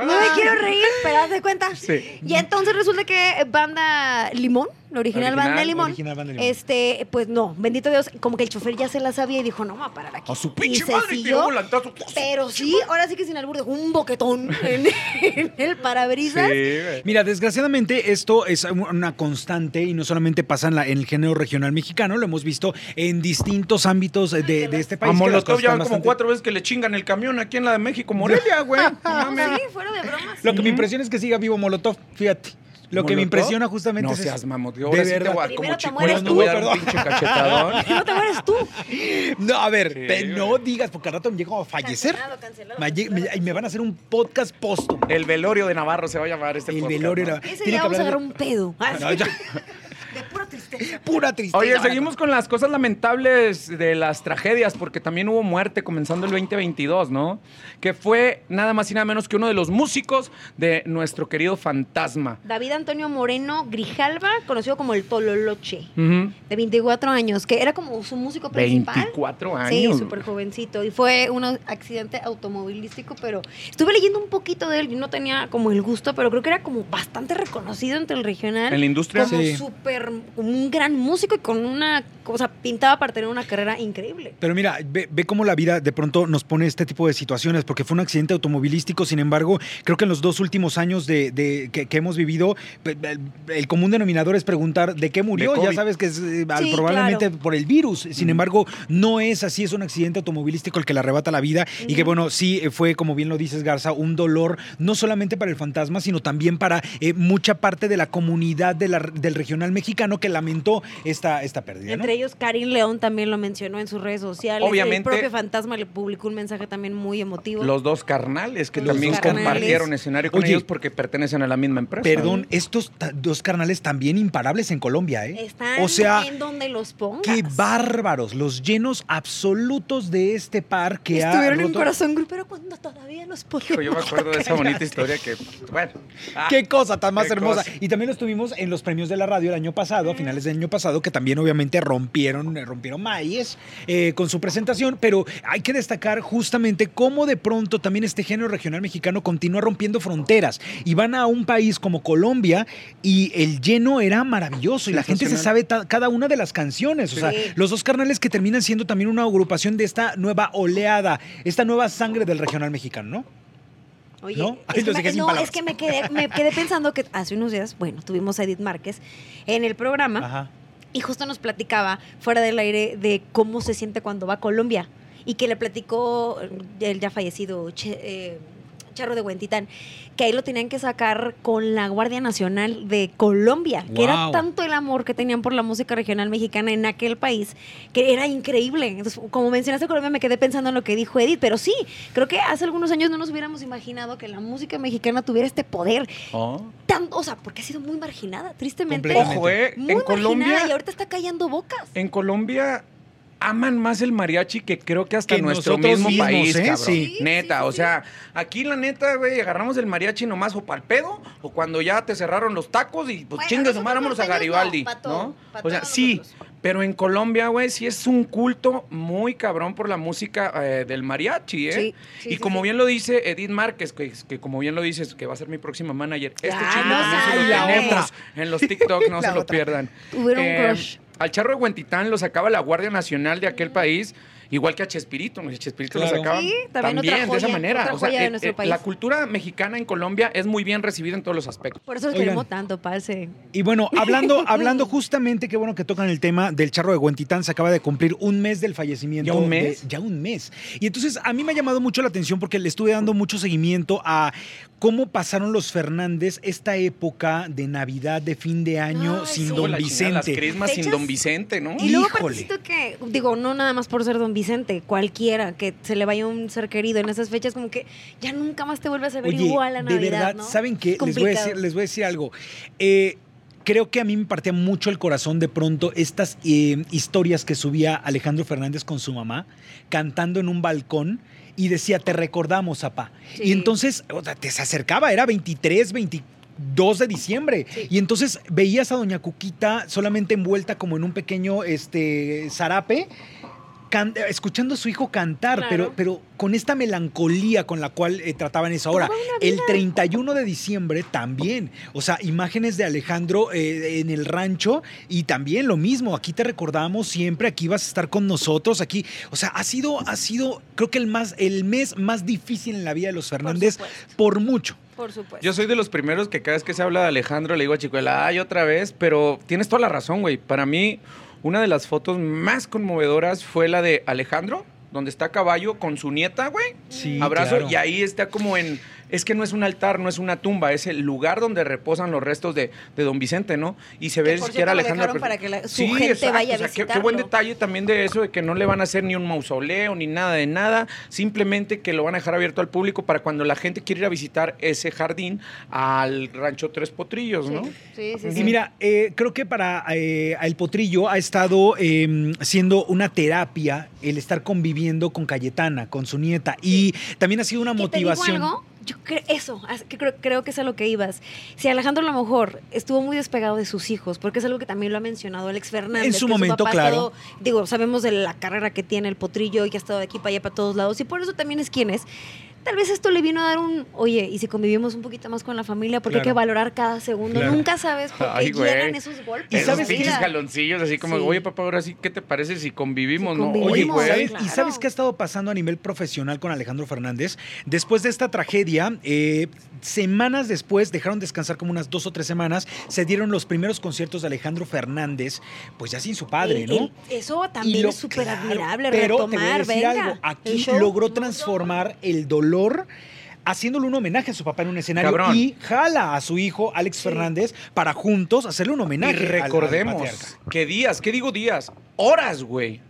No me quiero reír, pero haz de cuenta.
Sí.
Y entonces resulta que eh, Banda Limón, la original,
Original,
Banda Limón,
original Banda Limón.
este, pues no, bendito Dios, como que el chofer ya se la sabía y dijo, no, ma, para aquí.
A su
Y
pinche
se
madre,
siguió,
tiró volantazo.
Pero sí, ahora sí que sin albur dejó un boquetón en, en el parabrisas.
güey.
Mira, desgraciadamente esto es un- una constante y no solamente pasa en, la- en el género regional mexicano, lo hemos visto en distintos ámbitos de, de este país.
A
que las
Molotov
cosas
ya
están
van como
bastante-
cuatro veces que le chingan el camión aquí en la de México, Morelia, güey. No mames.
Sí, fuera de bromas.
Lo que me impresiona es que siga vivo Molotov, fíjate. Lo que
¿Molotov?
me impresiona justamente
no
es eso.
seas mamot, yo ahora
De
sí te
verdad.
voy a, como
Primero te
chicuelo,
mueres
te
tú.
voy a dar
Perdón.
un pinche cachetadón.
No te mueres tú.
No, a ver,
Sí,
te- no
güey.
digas, porque al rato me llego a fallecer.
Cancelado, cancelado,
Me, lle- me-
cancelado.
y me van a hacer un podcast póstumo.
El velorio de Navarro se va a llamar este
El
podcast,
velorio
¿no?
era-
Ese
tiene
día
que
vamos a
hablar
agarrar
de-
un pedo. Ah,
No,
sí.
ya.
De puro
tristeza. Pura tristeza.
Oye, seguimos con las cosas lamentables de las tragedias, porque también hubo muerte comenzando el 2022, ¿no? Que fue nada más y nada menos que uno de los músicos de nuestro querido fantasma.
David Antonio Moreno Grijalva, conocido como el Tololoche,
Ujú.
de 24 años, que era como su músico principal.
24 años.
Sí, súper jovencito. Y fue un accidente automovilístico, pero estuve leyendo un poquito de él. Yo no tenía como el gusto, pero creo que era como bastante reconocido entre el regional.
En la industria.
como
Sí.
súper, como un gran músico y con una cosa pintada para tener una carrera increíble.
Pero mira, ve, ve cómo la vida de pronto nos pone este tipo de situaciones, porque fue un accidente automovilístico, sin embargo, creo que en los dos últimos años de, de- que, que hemos vivido, pe- pe- el, el común denominador es preguntar de qué murió,
De
ya
COVID.
sabes que es eh, al-
Sí,
probablemente
claro.
por el virus, sin embargo, no es así, es un accidente automovilístico el que le arrebata la vida y que bueno, sí eh, fue, como bien lo dices Garza, un dolor no solamente para el fantasma, sino también para eh, mucha parte de la comunidad de la- del regional mexicano que lamentó esta, esta pérdida. ¿no?
Entre ellos, Karin León también lo mencionó en sus redes sociales.
Obviamente-
El propio fantasma le publicó un mensaje también muy emotivo.
Los dos carnales que
Los
también
dos carnales.
compartieron escenario con
Oye.
ellos porque pertenecen a la misma empresa.
Perdón, estos ta- dos carnales también imparables en Colombia, ¿eh?
Están
o sea,
en donde los pongas.
qué bárbaros, los llenos absolutos de este par que
Estuvieron
ha
en
roto-
corazón grupo, pero cuando todavía los
Hijo,
podíamos
yo me acuerdo de esa bonita historia que, bueno. ah,
Qué cosa tan más
Qué
hermosa.
cosa.
Y también los tuvimos en los premios de la radio el año pasado, a finales del año pasado, que también obviamente rompieron, eh, rompieron maíz eh, con su presentación, pero hay que destacar justamente cómo de pronto también este género regional mexicano continúa rompiendo fronteras y van a un país como Colombia y el lleno era maravilloso y la gente se
Sensacional.
sabe ta- cada una de las canciones, o sea,
Sí.
los dos carnales que terminan siendo también una agrupación de esta nueva oleada, esta nueva sangre del regional mexicano, ¿no?
Oye,
¿No? Ay,
es,
lo
que
dejé
me,
sin
no,
palabras.
es que me quedé, me quedé pensando que hace unos días, bueno, tuvimos a Edith Márquez en el programa
¿Ah?
Ajá.
y justo nos platicaba fuera del aire de cómo se siente cuando va a Colombia y que le platicó el ya fallecido Che- eh, Charro de Huentitán, que ahí lo tenían que sacar con la Guardia Nacional de Colombia, que era
Wow.
tanto el amor que tenían por la música regional mexicana en aquel país, que era increíble. Entonces, como mencionaste Colombia, me quedé pensando en lo que dijo Edith, pero sí, creo que hace algunos años no nos hubiéramos imaginado que la música mexicana tuviera este poder,
oh.
tan, o sea, porque ha sido muy marginada, tristemente.
Completamente.
Ojo, ¿eh?
Muy
en
marginada,
Colombia.
y ahorita está callando bocas.
Eh,
En Colombia aman más el mariachi que creo que hasta
Que
nuestro
nosotros
mismo
mismos,
país,
¿eh?
cabrón.
Sí.
Neta, o sea, aquí la neta, güey, agarramos el mariachi nomás o pal pedo o cuando ya te cerraron los tacos y pues
Bueno,
chingas,
nosotros
nomás vámonos a
norteños no,
Garibaldi,
pa' todo,
¿no?
pa'
O sea,
todos
sí,
nosotros.
pero en Colombia, güey, sí es un culto muy cabrón por la música eh, del mariachi, ¿eh?
Sí, sí,
y
sí,
como
sí.
bien lo dice Edith Márquez, que, que como bien lo dices, que va a ser mi próxima manager, este
Ya,
chisme
no
también se lo
sabe. La
tenemos en los TikTok, no
La
se lo
otra.
pierdan. Eh,
Tuvieron un crush.
Al Charro de Huentitán lo sacaba la Guardia Nacional de aquel país, igual que a Chespirito. ¿no? Chespirito lo
Claro.
sacaba
Sí,
también,
también otra
de
joya,
esa manera.
otra
O sea,
joya de
eh,
nuestro
eh,
país.
la cultura mexicana en Colombia es muy bien recibida en todos los aspectos.
Por eso los
Oigan.
queremos tanto, parce.
Y bueno, hablando, hablando justamente, qué bueno que tocan el tema del charro de Huentitán, se acaba de cumplir un mes del fallecimiento.
¿Ya un
de-
mes?
ya un mes. Y entonces a mí me ha llamado mucho la atención porque le estuve dando mucho seguimiento a cómo pasaron los Fernández esta época de Navidad, de fin de año,
Ay,
sin
sí.
Luego
Don
la chingada, Las
Vicente.
crismas sin
Fechas-
Don Vicente, ¿no?
Y luego
Híjole.
partecito que, digo, no nada más por ser don Vicente, cualquiera que se le vaya un ser querido en esas fechas, como que ya nunca más te vuelves a ver
Oye,
igual a Navidad.
de verdad,
¿no?
¿saben qué?
Es
Les voy, a
complicado.
decir, les voy a decir algo. Eh, creo que a mí me partía mucho el corazón de pronto estas eh, historias que subía Alejandro Fernández con su mamá, cantando en un balcón. Y decía, te recordamos, papá.
Sí.
Y entonces, o sea, te se acercaba, era 23, 22 de diciembre.
Sí.
Y entonces veías a Doña Cuquita solamente envuelta como en un pequeño este, zarape, can- escuchando a su hijo cantar,
Claro.
pero, pero con esta melancolía con la cual eh, trataban eso. Ahora,
Toda una
el 31 de diciembre también. O sea, imágenes de Alejandro eh, en el rancho y también lo mismo. Aquí te recordamos siempre, aquí vas a estar con nosotros, aquí. O sea, ha sido, ha sido, creo que el más, el mes más difícil en la vida de los Fernández
supuesto.
por mucho.
Por supuesto.
Yo soy de los primeros que cada vez que se habla de Alejandro le digo a Chicuela, ay, otra vez, pero tienes toda la razón, güey. Para mí, una de las fotos más conmovedoras fue la de Alejandro, donde está a caballo con su nieta, güey.
Sí,
abrazo, y ahí está como en, es que no es un altar, no es una tumba, es el lugar donde reposan los restos de, de don Vicente, ¿no? Y se ve
por
siquiera
cierto, lo
Alejandra.
dejaron para que la- su
Sí,
gente
exacto,
vaya a
o sea, qué- qué,
visitarlo.
buen detalle también de eso, de que no le van a hacer ni un mausoleo, ni nada de nada, simplemente que lo van a dejar abierto al público para cuando la gente quiera ir a visitar ese jardín al rancho Tres Potrillos, ¿no?
Sí, sí, sí.
Y mira, eh, creo que para eh, El Potrillo ha estado eh, siendo una terapia el estar conviviendo con Cayetana, con su nieta, y también ha sido una
¿Que te digo
motivación.
algo? Yo cre- eso, as- que creo, creo que es a lo que ibas. Si Alejandro a lo mejor estuvo muy despegado de sus hijos, porque es algo que también lo ha mencionado Alex Fernández.
En su
que
momento,
papá ha
claro.
estado- digo, sabemos de la carrera que tiene el potrillo y que ha estado de aquí para allá, para todos lados, y por eso también es quien es. Tal vez esto le vino a dar un, oye, y si convivimos un poquito más con la familia, porque hay que
Claro.
valorar cada segundo.
Claro.
Nunca sabes por qué
Ay, güey.
llegan esos golpes.
Y
a la
Esos
sabes qué?
pinches
vida.
jaloncillos, así como,
Sí.
oye, papá, ahora sí, ¿qué te parece si convivimos,
Si
no?
convivimos,
Oye, güey.
¿sabes?
claro.
¿y sabes qué ha estado pasando a nivel profesional con Alejandro Fernández? Después de esta tragedia, eh, semanas después, dejaron descansar como unas dos o tres semanas, se dieron los primeros conciertos de Alejandro Fernández, pues ya sin su padre,
El-
¿no?
el- eso
Y
también
lo-
es súper
claro,
admirable,
pero te voy a
retomar,
decir
venga.
algo,
El
aquí
show
logró
no-
transformar el dolor haciéndole un homenaje a su papá en un escenario
Cabrón.
y jala a su hijo Alex Fernández para juntos hacerle un
Y
homenaje. al- al
recordemos
patriarca.
que días, ¿qué digo días? Horas, güey.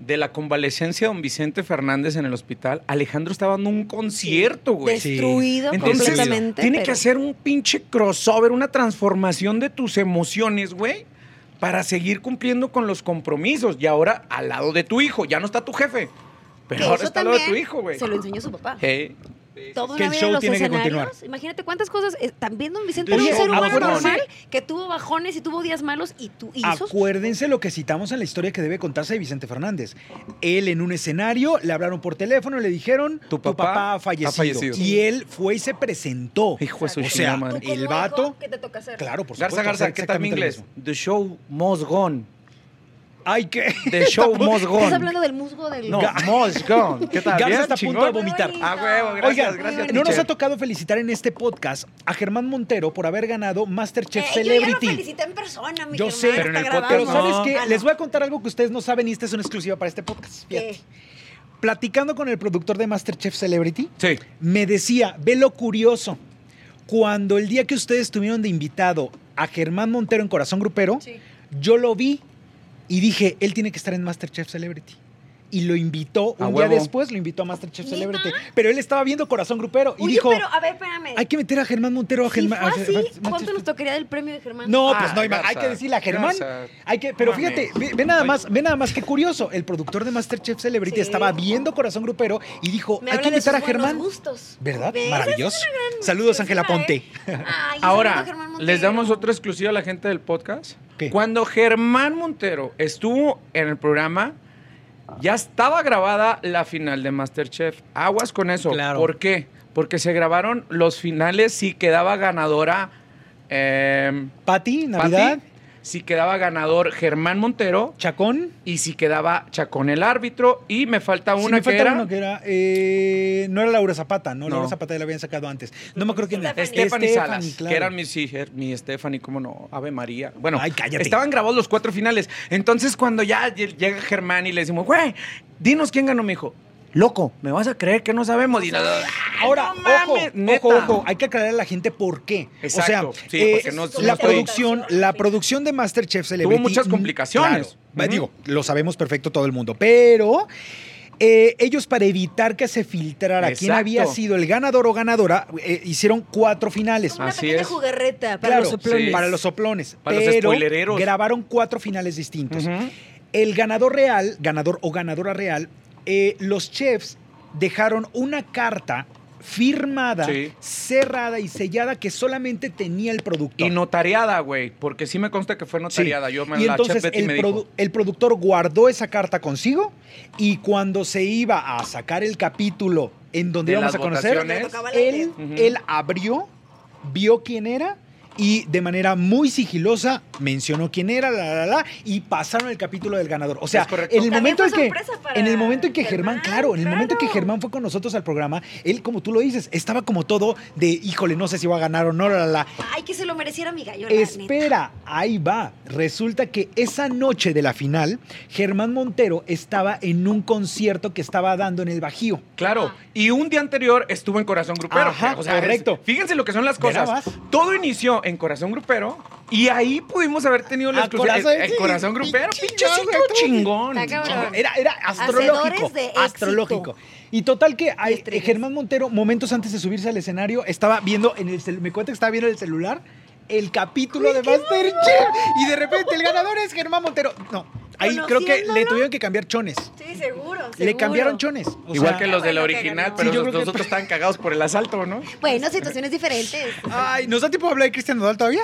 De la convalecencia de don Vicente Fernández en el hospital, Alejandro estaba dando un concierto, güey.
Pues Sí.
Destruido
Entonces,
completamente.
Tiene
pero-
que hacer un pinche crossover, una transformación de tus emociones, güey, para seguir cumpliendo con los compromisos. Y ahora al lado de tu hijo, ya no está tu jefe,
Que
pero ahora
eso
está al lado de tu
también
hijo, güey. Eh,
Se lo enseñó su papá.
Hey.
Todo
Eh,
una
Que el
vida
show
en los
tiene que
escenarios.
continuar.
Imagínate cuántas cosas. eh, también don Vicente
El
era un
show,
ser humano
acuérdense.
normal que tuvo bajones y tuvo días malos y tú hizo.
Acuérdense lo que citamos en la historia que debe contarse de Vicente Fernández. Él en un escenario le hablaron por teléfono, le dijeron,
Tu papá
ha,
ha
fallecido.
fallecido.
Y él fue y se presentó.
Hijo de su
O
chingada
sea,
madre.
el vato-
¿Qué te toca hacer?
Claro, por supuesto.
Garza, Garza,
hacer
¿qué tal mi
exactamente lo
inglés?
mismo.
The show must gone.
Ay, qué.
The show must
Estás
gone.
hablando del musgo del.
No,
Ga-
must gone. ¿Qué tal?
Garza
¿Bien?
está a punto
¿Chingón?
de vomitar. Ah,
Muy bonito.
A huevo, gracias,
Oigan,
gracias.
no nos
teacher.
ha tocado felicitar en este podcast a Germán Montero por haber ganado
Eh,
MasterChef
Yo ya lo
Celebrity.
felicité en persona, mi
Yo
Germán,
sé,
hasta
pero en el
grabamos.
podcast
Pero
no.
¿sabes qué?
Ah, no.
Les voy a contar algo que ustedes no saben y esta es una exclusiva para este podcast.
¿Qué?
Fíjate. Platicando con el productor de MasterChef Celebrity,
Sí.
me decía, ve lo curioso, cuando el día que ustedes tuvieron de invitado a Germán Montero en Corazón Grupero,
Sí.
yo lo vi y dije, él tiene que estar en MasterChef Celebrity. Y lo invitó,
A
un día
huevo.
después lo invitó a MasterChef
¿Neta?
Celebrity. Pero él estaba viendo Corazón Grupero y
Oye,
dijo,
pero a ver, espérame.
hay que meter a Germán Montero a
Si
Germán.
fue
a
así,
Germán-
¿cuánto nos tocaría del premio de Germán?
No,
Ah,
pues no, ima- hay
Garza,
que decirle a Germán.
Garza.
Hay que, pero
Mames.
fíjate, ve, ve nada
Oye.
más, ve nada más qué curioso. El productor de MasterChef Celebrity
Sí.
estaba viendo Corazón Grupero y dijo,
Me
hay
habla
que
de
invitar a
sus buenos
Germán.
gustos.
¿Verdad?
¿Ves?
Maravilloso.
Esa es una gran
Saludos, Ángela Ponte.
exclusiva, ¿eh? Ay, un saludo a
Ahora,
Germán Montero.
les damos otra exclusiva a la gente del podcast.
¿Qué?
Cuando Germán Montero estuvo en el programa, ya estaba grabada la final de Masterchef. Aguas con eso.
Claro.
¿Por qué? Porque se grabaron los finales si quedaba ganadora eh,
Pati, Navidad,
Pati, si quedaba ganador Germán Montero
Chacón.
y si quedaba Chacón el árbitro. Y me falta
Sí,
una
me
que
falta
era...
uno que era, eh, no era Laura Zapata, ¿no?
No.
Laura Zapata ya la habían sacado antes.
Pues
No me acuerdo quién era.
Stephanie, Salas,
claro.
que eran mis hijas, mi Stephanie, cómo no, Ave María. Bueno,
Ay, cállate.
estaban grabados los cuatro finales. Entonces, cuando ya lle- llega Germán y le decimos, güey, dinos quién ganó, me dijo, loco, me vas a creer que no sabemos. Y no-
Ahora,
no mames,
ojo, ojo,
neta.
ojo, hay que aclarar a la gente por qué. o
Exacto,
sea,
sí,
eh,
porque no-
la
no estoy-
producción, la producción de MasterChef Celebrity
muchas complicaciones.
claro, va,
Ujú.
Digo, lo sabemos perfecto todo el mundo, pero eh, ellos para evitar que se filtrara quién
Exacto.
había sido el ganador o ganadora, eh, hicieron cuatro finales.
Es una
Así
pequeña
es.
jugarreta Ah, para
Claro,
los soplones.
sí.
para los soplones,
Para los
pero
spoilereros.
grabaron cuatro finales distintos.
Ujú.
El ganador real, ganador o ganadora real, eh, los chefs dejaron una carta firmada,
Sí.
cerrada y sellada que solamente tenía el productor.
Y notariada, güey, porque sí me consta que fue notariada. Yo me
Y
la
entonces
chef Betty
el,
me
produ-
dijo.
el productor guardó esa carta consigo y cuando se iba a sacar el capítulo en donde
De
íbamos
las
a conocer,
votaciones.
él,
Ujú.
él abrió, vio quién era y de manera muy sigilosa mencionó quién era, la, la, la, y pasaron el capítulo del ganador. O sea,
Es correcto.
en el
También
momento
fue
en que,
sorpresa para
en el momento en que Germán,
Germán,
claro, en el momento en que
claro.
Germán fue con nosotros al programa, él, como tú lo dices, estaba como todo de, híjole, no sé si va a ganar o no, la, la, la.
Ay, que se lo mereciera mi gallo. la neta.
Espera, ahí va. Resulta que esa noche de la final, Germán Montero estaba en un concierto que estaba dando en el Bajío.
Claro, y un día anterior estuvo en Corazón Grupero.
Ajá,
es-
correcto.
fíjense lo que son las
Mira
cosas.
más.
Todo inició en Corazón Grupero y ahí pudimos haber tenido la
Ah,
exclusiva.
corazón,
El, el
sí,
Corazón Grupero,
chingón,
pinche
güey,
ciclo
todo
chingón.
Está cabrón.
chingón.
Era, era
Hacedores
astrológico.
de éxito.
astrológico. Y total que ay,
Estrellas.
Germán Montero, momentos antes de subirse al escenario, estaba viendo en el cel- me cuenta que estaba viendo en el celular el capítulo de Masterchef. Y de repente el ganador es Germán Montero. No, ahí creo que le
Conociéndolo.
tuvieron que cambiar chones.
Sí, seguro.
Le
seguro.
cambiaron chones. O
Igual
sea,
que los de la
Bueno, que
original,
ganó.
pero
Sí, yo
los,
creo que-
los otros estaban cagados por el asalto, ¿no?
Bueno, situaciones diferentes.
Ay, ¿nos da tiempo de hablar de Cristian Nodal todavía?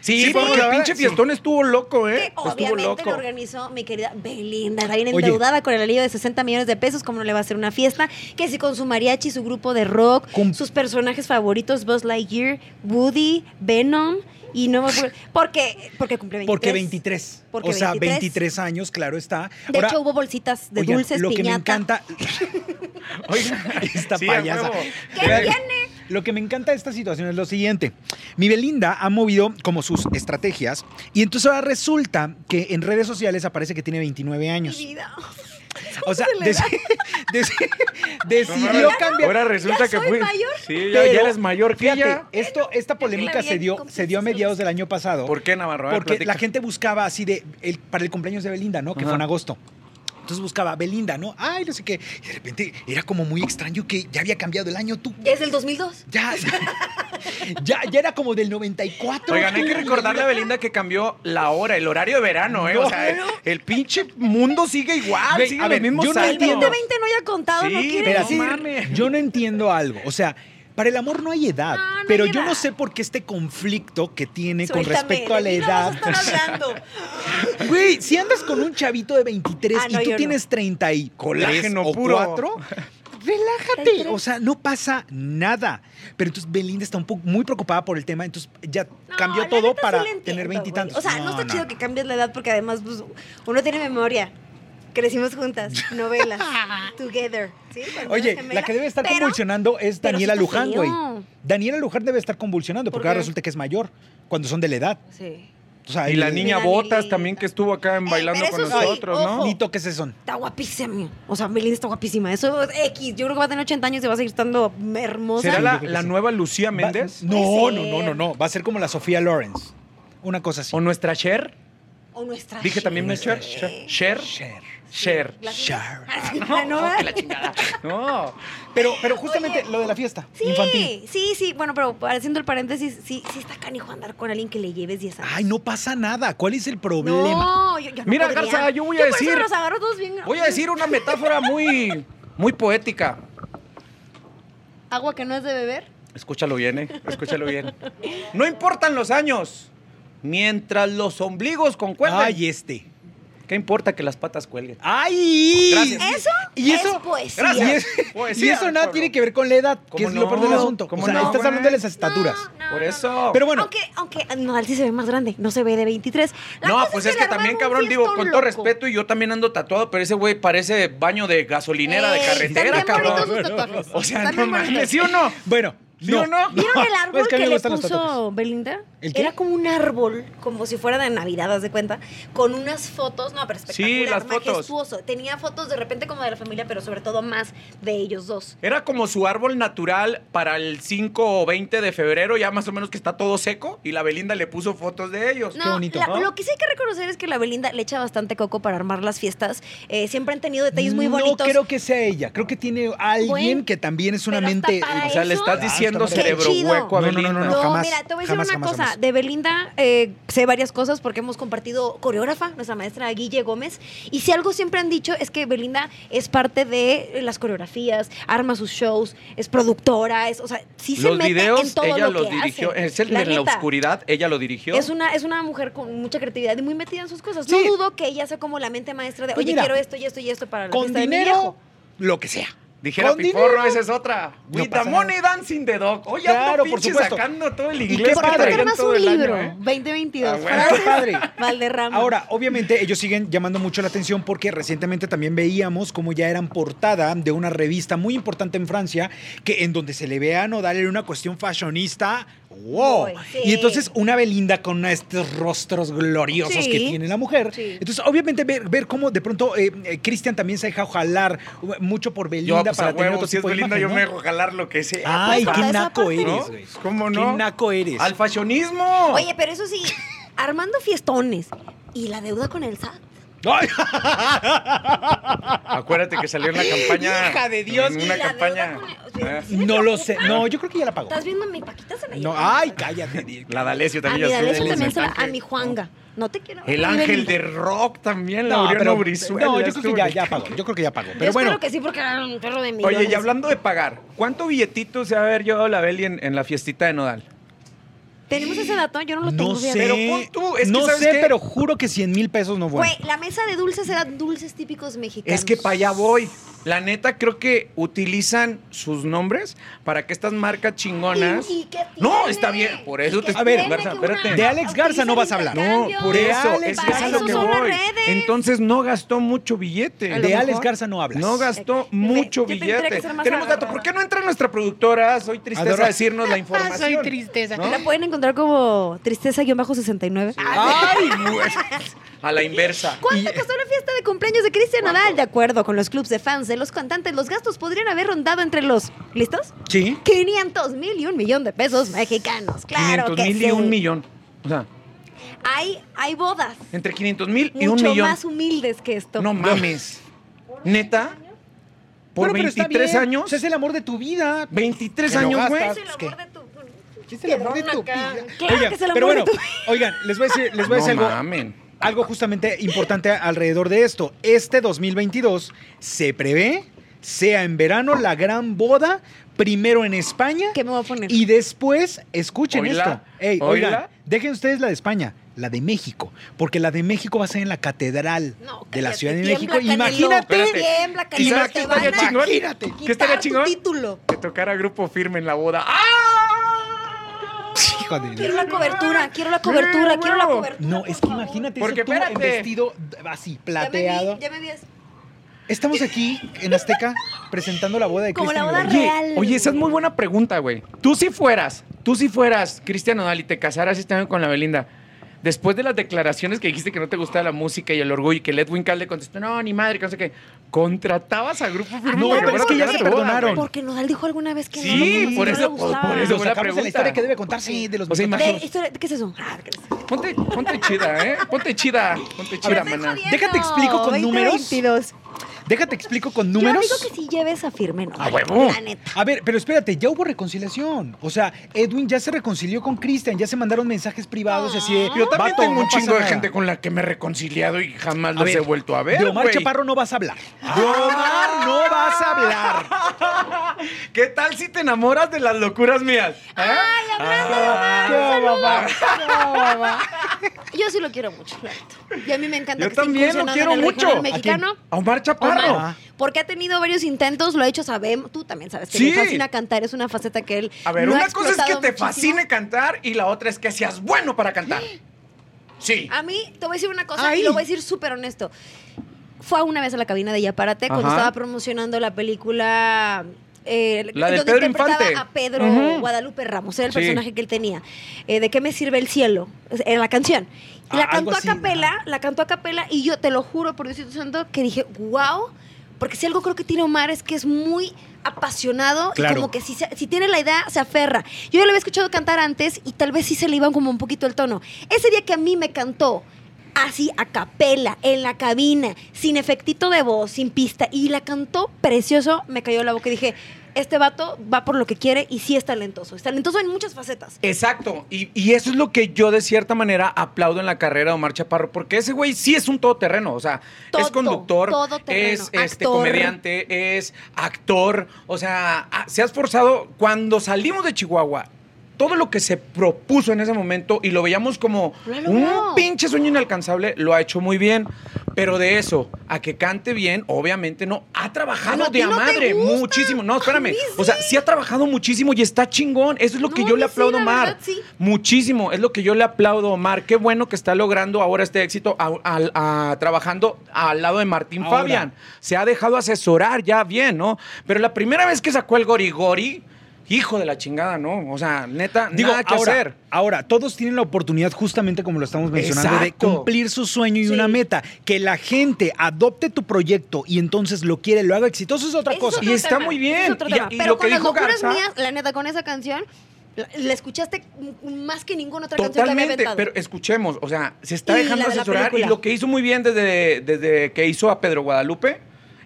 Sí,
Sí,
porque
porque
el
ahora-
pinche
sí.
fiestón estuvo loco,
Que
¿eh? Estuvo
obviamente lo
loco.
organizó mi querida Belinda. Está bien
Oye.
endeudada con el alivio de 60 millones de pesos. ¿Cómo no le va a hacer una fiesta? Que sí, con su mariachi, su grupo de rock,
Cum-
sus personajes favoritos: Buzz Lightyear, Woody, Venom. Y no me acuerdo. Porque, porque cumple 23.
Porque 23.
Porque
o sea, 23.
23.
años, claro está.
De
Ahora,
hecho, hubo bolsitas de
oigan,
dulces,
Lo que me
piñata.
encanta,
Oiga,
Esta
sí, a
payasa.
huevo.
¿Qué
Vean,
viene?
Lo que me encanta de esta situación es lo siguiente. Mi Belinda ha movido como sus estrategias y entonces ahora resulta que en redes sociales aparece que tiene 29
Mi
años.
vida.
O sea,
¿cómo se le da?
deci- deci- decidió
ahora-
cambiar.
Ahora resulta
¿Ya
que
soy
fui.
mayor?
Sí, ya, ya eres mayor que
Fíjate,
ella.
esto, esta polémica
vi
se
en
dio, se dio a mediados del año pasado.
¿Por qué, Navarro? A ver,
Porque
platica.
la gente buscaba así de el- para el cumpleaños de Belinda, ¿no? Que
Ajá.
fue en agosto. Entonces buscaba Belinda, ¿no? Ay, no sé qué. Y de repente era como muy extraño que ya había cambiado el año tú.
Desde el 2002.
Ya, ya, ya era como del 94.
Oigan, hay que recordarle a Belinda que cambió la hora, el horario de verano, ¿eh?
No.
o sea, el, el pinche mundo sigue igual,
Güey,
sigue
a ver,
los mismos
yo no
años.
El 2020 no haya contado,
Sí,
no quiere
pero
Pero
así-
decir.
No mames.
yo no entiendo algo. O sea, para el amor no hay edad.
No, no hay
pero yo
edad.
no sé por qué este conflicto que tiene con
Suéltame,
respecto a la
de mí no vas
edad.
a estar hablando.
Güey, si andas con un chavito de 23
Ah,
y
no,
tú
yo no.
tienes 30 y
Colágeno
colágeno o
puro.
4, relájate.
33.
O sea, no pasa nada. Pero entonces Belinda está un poco muy preocupada por el tema, entonces ya
No,
cambió
la
todo
neta sí
para
la entiendo,
tener
güey.
veintitantos.
O sea, no, está chido que cambies la edad porque además pues, uno tiene memoria. Crecimos juntas, novelas, together. ¿sí? Cuando
Oye,
eras gemela.
la que debe estar
Pero-
convulsionando es
pero
Daniela
sí está
Luján,
feo.
güey. Daniela Luján debe estar convulsionando
¿Por
porque ahora
qué?
resulta que es mayor cuando son de la edad.
Sí.
O sea,
Y la
el-
niña
Mira,
Botas
Lili.
también que estuvo acá en
Eh,
bailando
pero
con
eso sí,
nosotros, ¿no?
ojo.
Ni toques ese son.
Está guapísima. O sea, Belinda está guapísima. Eso es X. Yo creo que va a tener 80 años y va a seguir estando hermosa.
¿Será
Sí,
la,
yo creo que
la
sí.
nueva Lucía
Va-
Méndez?
No,
Puede
no,
ser.
no, no, no. Va a ser como la Sofía Lawrence. Una cosa así.
¿O nuestra Cher?
O nuestra.
Dije también
Cher.
nuestra Cher. Cher.
Cher.
Cher.
La-
Cher.
La nueva-
que la chingada. No.
Pero, pero justamente lo de la fiesta
Sí,
infantil.
sí, sí. Bueno, pero haciendo el paréntesis, sí, sí está canijo andar con alguien que le lleves 10 años.
Ay, no pasa nada. ¿Cuál es el problema?
No, yo, yo no
Mira,
podría.
Garza, yo voy a
por eso
decir-
los agarro todos bien.
Voy a decir una metáfora muy, muy poética.
Agua que no es de beber.
Escúchalo bien, ¿eh? Escúchalo bien. No importan los años, mientras los ombligos concuerden.
Ay, este.
¿Qué importa que las patas cuelguen?
Ay.
Gracias.
Eso
Y
es
eso,
poesía.
Y,
Gracias.
es-
Poesía,
y eso nada
pueblo.
tiene que ver con la edad, que
¿Cómo
es lo peor del
no?
asunto.
¿Cómo
o sea,
no,
estás
güey?
hablando de las estaturas.
No,
Por
no,
eso.
no.
Pero bueno.
Aunque, aunque Nodal sí se ve más grande, no se ve de 23. La
no,
cosa
pues es
le
que
armaron
también,
un
cabrón, digo, con
fiestón
todo
loco.
respeto, y yo también ando tatuado, pero ese güey parece baño de gasolinera de
Ey,
carretera,
Eh, están bien
cabrón.
bonitos sus tatuajes.
O sea,
Están
no
bien bonitos.
mames, ¿sí o no?
Bueno,
¿Sí o no?
¿Vieron el árbol
es que a
que,
mí me
le
gustan los
puso
tatuajes.
Belinda?
¿El qué?
Era como un árbol, como si fuera de Navidad, haz de cuenta, con unas fotos, no, pero espectacular,
Sí, las fotos.
majestuoso. Tenía fotos de repente como de la familia, pero sobre todo más de ellos dos.
Era como su árbol natural para el 5 o 20 de febrero, ya más o menos que está todo seco, y la Belinda le puso fotos de ellos.
No,
Qué bonito,
la-
¿no?
Lo que sí hay que reconocer es que la Belinda le echa bastante coco para armar las fiestas. Eh, siempre han tenido detalles muy bonitos.
No creo que sea ella. Creo que tiene alguien
Bueno,
que también es una
pero hasta
mente.
para
O sea, le
eso-
estás diciendo
Ah, está
cerebro
Qué chido.
hueco a
No, no, no,
Belinda.
no,
No,
jamás,
mira, te voy a decir
jamás,
una
jamás,
cosa.
jamás.
De Belinda eh, sé varias cosas porque hemos compartido coreógrafa, nuestra maestra Guille Gómez. Y si algo siempre han dicho es que Belinda es parte de eh, las coreografías, arma sus shows, es productora, es, o sea, sí se
los
mete
videos,
en todo
ella
lo
los
que
dirigió.
hace.
Es el de en la
neta,
oscuridad, ella lo dirigió.
Es una, es una mujer con mucha creatividad y muy metida en sus cosas. No
Sí.
dudo que ella sea como la mente maestra de,
Pues
oye,
mira,
quiero esto y esto y esto para la
Con
fiesta de mi viejo.
dinero, lo que sea.
Dijera
Con
Piporro,
dinero.
esa es otra.
No
With
pasa
the
nada.
money dancing the dog. Oye,
Claro,
ando
por
pinche
supuesto.
sacando todo el
Y qué
inglés
¿Por
que
qué
padre.
no
traían
firmas
todo
un
el año,
libro?
¿eh?
2022.
Ah, bueno.
Frases
Padre.
Valderrama.
Ahora, obviamente, ellos siguen llamando mucho la atención porque recientemente también veíamos cómo ya eran portada de una revista muy importante en Francia, que en donde se le ve a Nodal en una cuestión fashionista. ¡Wow!
Uy, sí.
Y entonces una Belinda con estos rostros gloriosos
Sí.
que tiene la mujer.
Sí.
Entonces, obviamente, ver, ver cómo de pronto eh, eh, Cristian también se deja jalar mucho por Belinda
Yo, pues,
para
a
tener
huevo,
otro
si es
tipo de
Belinda,
imagen,
yo
¿no?
me Ah, dejo jalar lo que sea.
¡Ay,
Pues,
qué
para esa
naco
parte.
eres!
¿No?
güey.
¿Cómo
¡Qué
no?
naco eres!
¡Al fashionismo!
Oye, pero eso sí, armando fiestones y la deuda con el SAT.
¡Ay!
Acuérdate que salió en la campaña.
Hija de Dios.
En
Y
una
la
campaña.
deuda con el-
Ah,
¿Sí me
No lo
preocupa?
sé. No, yo creo que ya la pagó.
¿Estás viendo mi paquita? Se la
No,
llevó.
ay, cállate. Diego.
Ah. La
A
D'Alessio
mi
también ya
D'Alessio
estuvo en
también
el
se la-
tanque.
a mi Juanga. No te quiero.
El ángel de rock también,
No,
Laureano
pero-
Brizuela.
no, yo creo
estuvo
que
en
ya,
el
ya
tanque.
pagó. Yo creo que ya pagó.
Pero
Pero bueno,
espero que sí porque era un perro de millones.
Oye, y hablando de pagar, ¿cuánto billetito se va a haber llevado la Beli en, en la fiestita de Nodal?
Tenemos ese dato, yo no lo tengo
no sé.
bien.
Pero pon tú, es que
no
¿sabes
sé,
qué?
pero juro que 100 mil pesos no fue.
Güey, la mesa de dulces era dulces típicos mexicanos.
Es que para allá voy. La neta, creo que utilizan sus nombres para que estas marcas chingonas.
¿Y- y qué
no,
tiene?
está bien. Por eso
¿Y
te
qué
A ver,
tiene
Garza,
que una-
espérate.
De Alex Garza no vas a hablar.
utilizan
No,
intercambio?
por eso,
Alex
es que
Para
es a
Garza
lo
eso
que
son las
voy.
redes.
Entonces no gastó mucho billete.
A lo
De
mejor.
Alex Garza no hablas.
No gastó
Me-
mucho
yo tendría que
billete.
ser más
Tenemos dato.
agarrada.
¿Por qué no entra nuestra productora? Soy tristeza
Adora-
a decirnos la información.
Soy tristeza.
¿No?
La pueden encontrar como tristeza-69.
¡Ay, güey! A la inversa.
¿Cuánto costó la fiesta de cumpleaños de Cristian Nadal? De acuerdo con los clubs de fans de los cantantes, los gastos podrían haber rondado entre los... ¿Listos?
Sí.
500 mil y un millón de pesos mexicanos. Claro
500
que
mil
sí.
y un millón. O sea,
Hay, hay bodas
entre 500 mil y un
mucho
millón.
más humildes que esto.
No mames. Neta, por
Bueno, pero está
23
bien.
años.
O sea, es el amor de tu vida.
23
Te lo
años, güey.
gastas.
Es el
¿Qué?
amor de tu...
Es el amor de tu vida.
Claro
Oigan,
que es el amor
pero bueno,
de tu
oigan, les voy a decir, les voy a decir
no
algo.
mamen.
algo justamente importante alrededor de esto. Este 2022 se prevé sea en verano la gran boda, primero en España
¿Qué me voy a poner?
y después, escuchen
Oila,
esto. Ey,
oila.
oigan, dejen ustedes la de España, la de México, porque la de México va a ser en la catedral
No,
de la
cállate,
Ciudad de
tiembla,
México.
Canelo,
Imagínate,
Espérate.
tiembla, Canelo,
¿Y sabes
te
qué
van
estaría
a
chingón?
quitar
¿Qué estaría
tu
chingón?
título.
Que tocara grupo firme en la boda. ¡Ah!
hijo de la-
Quiero la cobertura, quiero la cobertura, quiero la
huevo.
cobertura.
No,
por
es que
favor.
imagínate
Porque
eso tú en
espérate.
vestido así,
Ya me vi,
plateado.
Ya me vi, así.
Estamos aquí en Azteca presentando la boda de
Como la
Cristian
boda
Nodal.
Oye,
Real,
oye, esa es
güey.
muy buena pregunta, güey. Tú si fueras, tú si fueras Cristian Nodal y te casaras este año con la Belinda, después de las declaraciones que dijiste que no te gustaba la música y el orgullo y que el Edwin Cal le contestó, no, ni madre, que no sé qué, contratabas a Grupo
Ah,
Firme.
No,
para
pero es
fuera
que
a
ya
tocar
se
tu boda,
perdonaron.
güey?
Porque Nodal dijo alguna vez que no,
Sí,
no, no,
por
no
eso-
le
por-
gustaba.
por eso-
Lo
fue
sacamos de
la
la
pregunta.
historia que debe contarse de los
O sea,
mil
imagínate,
Ve, historia- ¿Qué es eso? Ah, ¿qué es eso?
Ponte, ponte chida, ¿eh? Ponte chida, ponte chida,
Me
maná.
estoy
Déjate
jodiendo.
explico con
20,
números.
22.
Déjate explico con
Yo
números.
digo que si lleves a firme, no.
A Ah, huevo.
La neta.
A ver, pero espérate, ya hubo reconciliación. O sea, Edwin ya se reconcilió con Cristian, ya se mandaron mensajes privados así
Ah.
de.
Yo también
"Vato,
tengo un
no pasa
chingo de
nada".
gente con la que me he reconciliado y jamás
A
los
ver,
he vuelto a ver.
De Omar
güey.
Chaparro no vas a hablar. Ah, De Omar no vas a hablar.
¿Qué tal si te enamoras de las locuras mías? ¿Eh? Ah,
Ay, abrazo de Omar,
¿Qué va, papá?
Yo sí lo quiero mucho, la neta. Y a mí me encanta
Yo
que esté
también lo
incursionando
quiero
en el
mucho.
regional
¿A quién?
mexicano.
A Omar Chaparro.
Omar, Porque ha tenido varios intentos, lo ha hecho, sabemos, tú también sabes que
Sí.
le fascina cantar, es una faceta que él
A ver,
no ha
una cosa es que
explotado
te
muchísimo.
fascine cantar y la otra es que seas bueno para cantar. Sí.
A mí, te voy a decir una cosa
Ay.
y lo voy a decir súper honesto. Fue una vez a la cabina de Yapárate cuando
Ajá.
estaba promocionando la película... eh,
La de
donde
Pedro
interpretaba
Infante.
a Pedro
Ujú.
Guadalupe Ramos, era el
Sí.
personaje que él tenía. Eh, ¿De qué me sirve el cielo? Era la canción. Y la
Ah,
cantó
algo
a
así,
capela, la cantó a capela, y yo te lo juro por Diosito Santo que dije, wow, porque si algo creo que tiene Omar es que es muy apasionado
Claro.
y como que eh, si, se- si tiene la idea, se aferra. Yo ya lo había escuchado cantar antes y tal vez sí se le iba como un poquito el tono. Ese día que a mí me cantó así a capela, en la cabina, sin efectito de voz, sin pista, y la cantó precioso, me cayó la boca y dije, este vato va por lo que quiere y sí es talentoso. Es talentoso en muchas facetas.
Exacto. Y, y eso es lo que yo de cierta manera aplaudo en la carrera de Omar Chaparro, porque ese güey sí es un todoterreno. O sea, es
Todo,
conductor,
todoterreno,
es este,
actor.
comediante, es actor. O sea, ah, se ha esforzado. Cuando salimos de Chihuahua, todo lo que se propuso en ese momento y lo veíamos como
Lo ha
un
logrado.
pinche sueño inalcanzable, lo ha hecho muy bien. Pero de eso, a que cante bien, obviamente no. Ha trabajado
Pero a
de
ti
a
no te
madre
gusta.
muchísimo. No, espérame.
A mí
O sea, sí ha trabajado muchísimo y está chingón. Eso es lo que
No,
yo
a
le
mí sí,
aplaudo a
la
Omar.
verdad, sí.
Muchísimo. Es lo que yo le aplaudo a Omar. Qué bueno que está logrando ahora este éxito a- a- a- trabajando al lado de Martín
Ahora.
Fabián. Se ha dejado asesorar ya bien, ¿no? Pero la primera vez que sacó el Gorigori, hijo de la chingada, ¿no? O sea, neta, nada que
ahora,
hacer.
ahora, todos tienen la oportunidad, justamente como lo estamos mencionando, de
Exacto.
cumplir su sueño y
Sí.
una meta. Que la gente adopte tu proyecto y entonces lo quiere, lo haga exitoso, es otra
Ese es
cosa.
otro
Y está
tema,
muy bien.
ese es otro
Y-
tema.
y
Pero
lo que
con las
dijo
locuras
Garza-
mías, la neta, con esa canción, la, la escuchaste m- más que ninguna otra canción que
Totalmente,
había
pero
aventado.
escuchemos, o sea, se está
Y
dejando
la de la
asesorar y
película.
lo que hizo muy bien desde, desde que hizo a Pedro Guadalupe,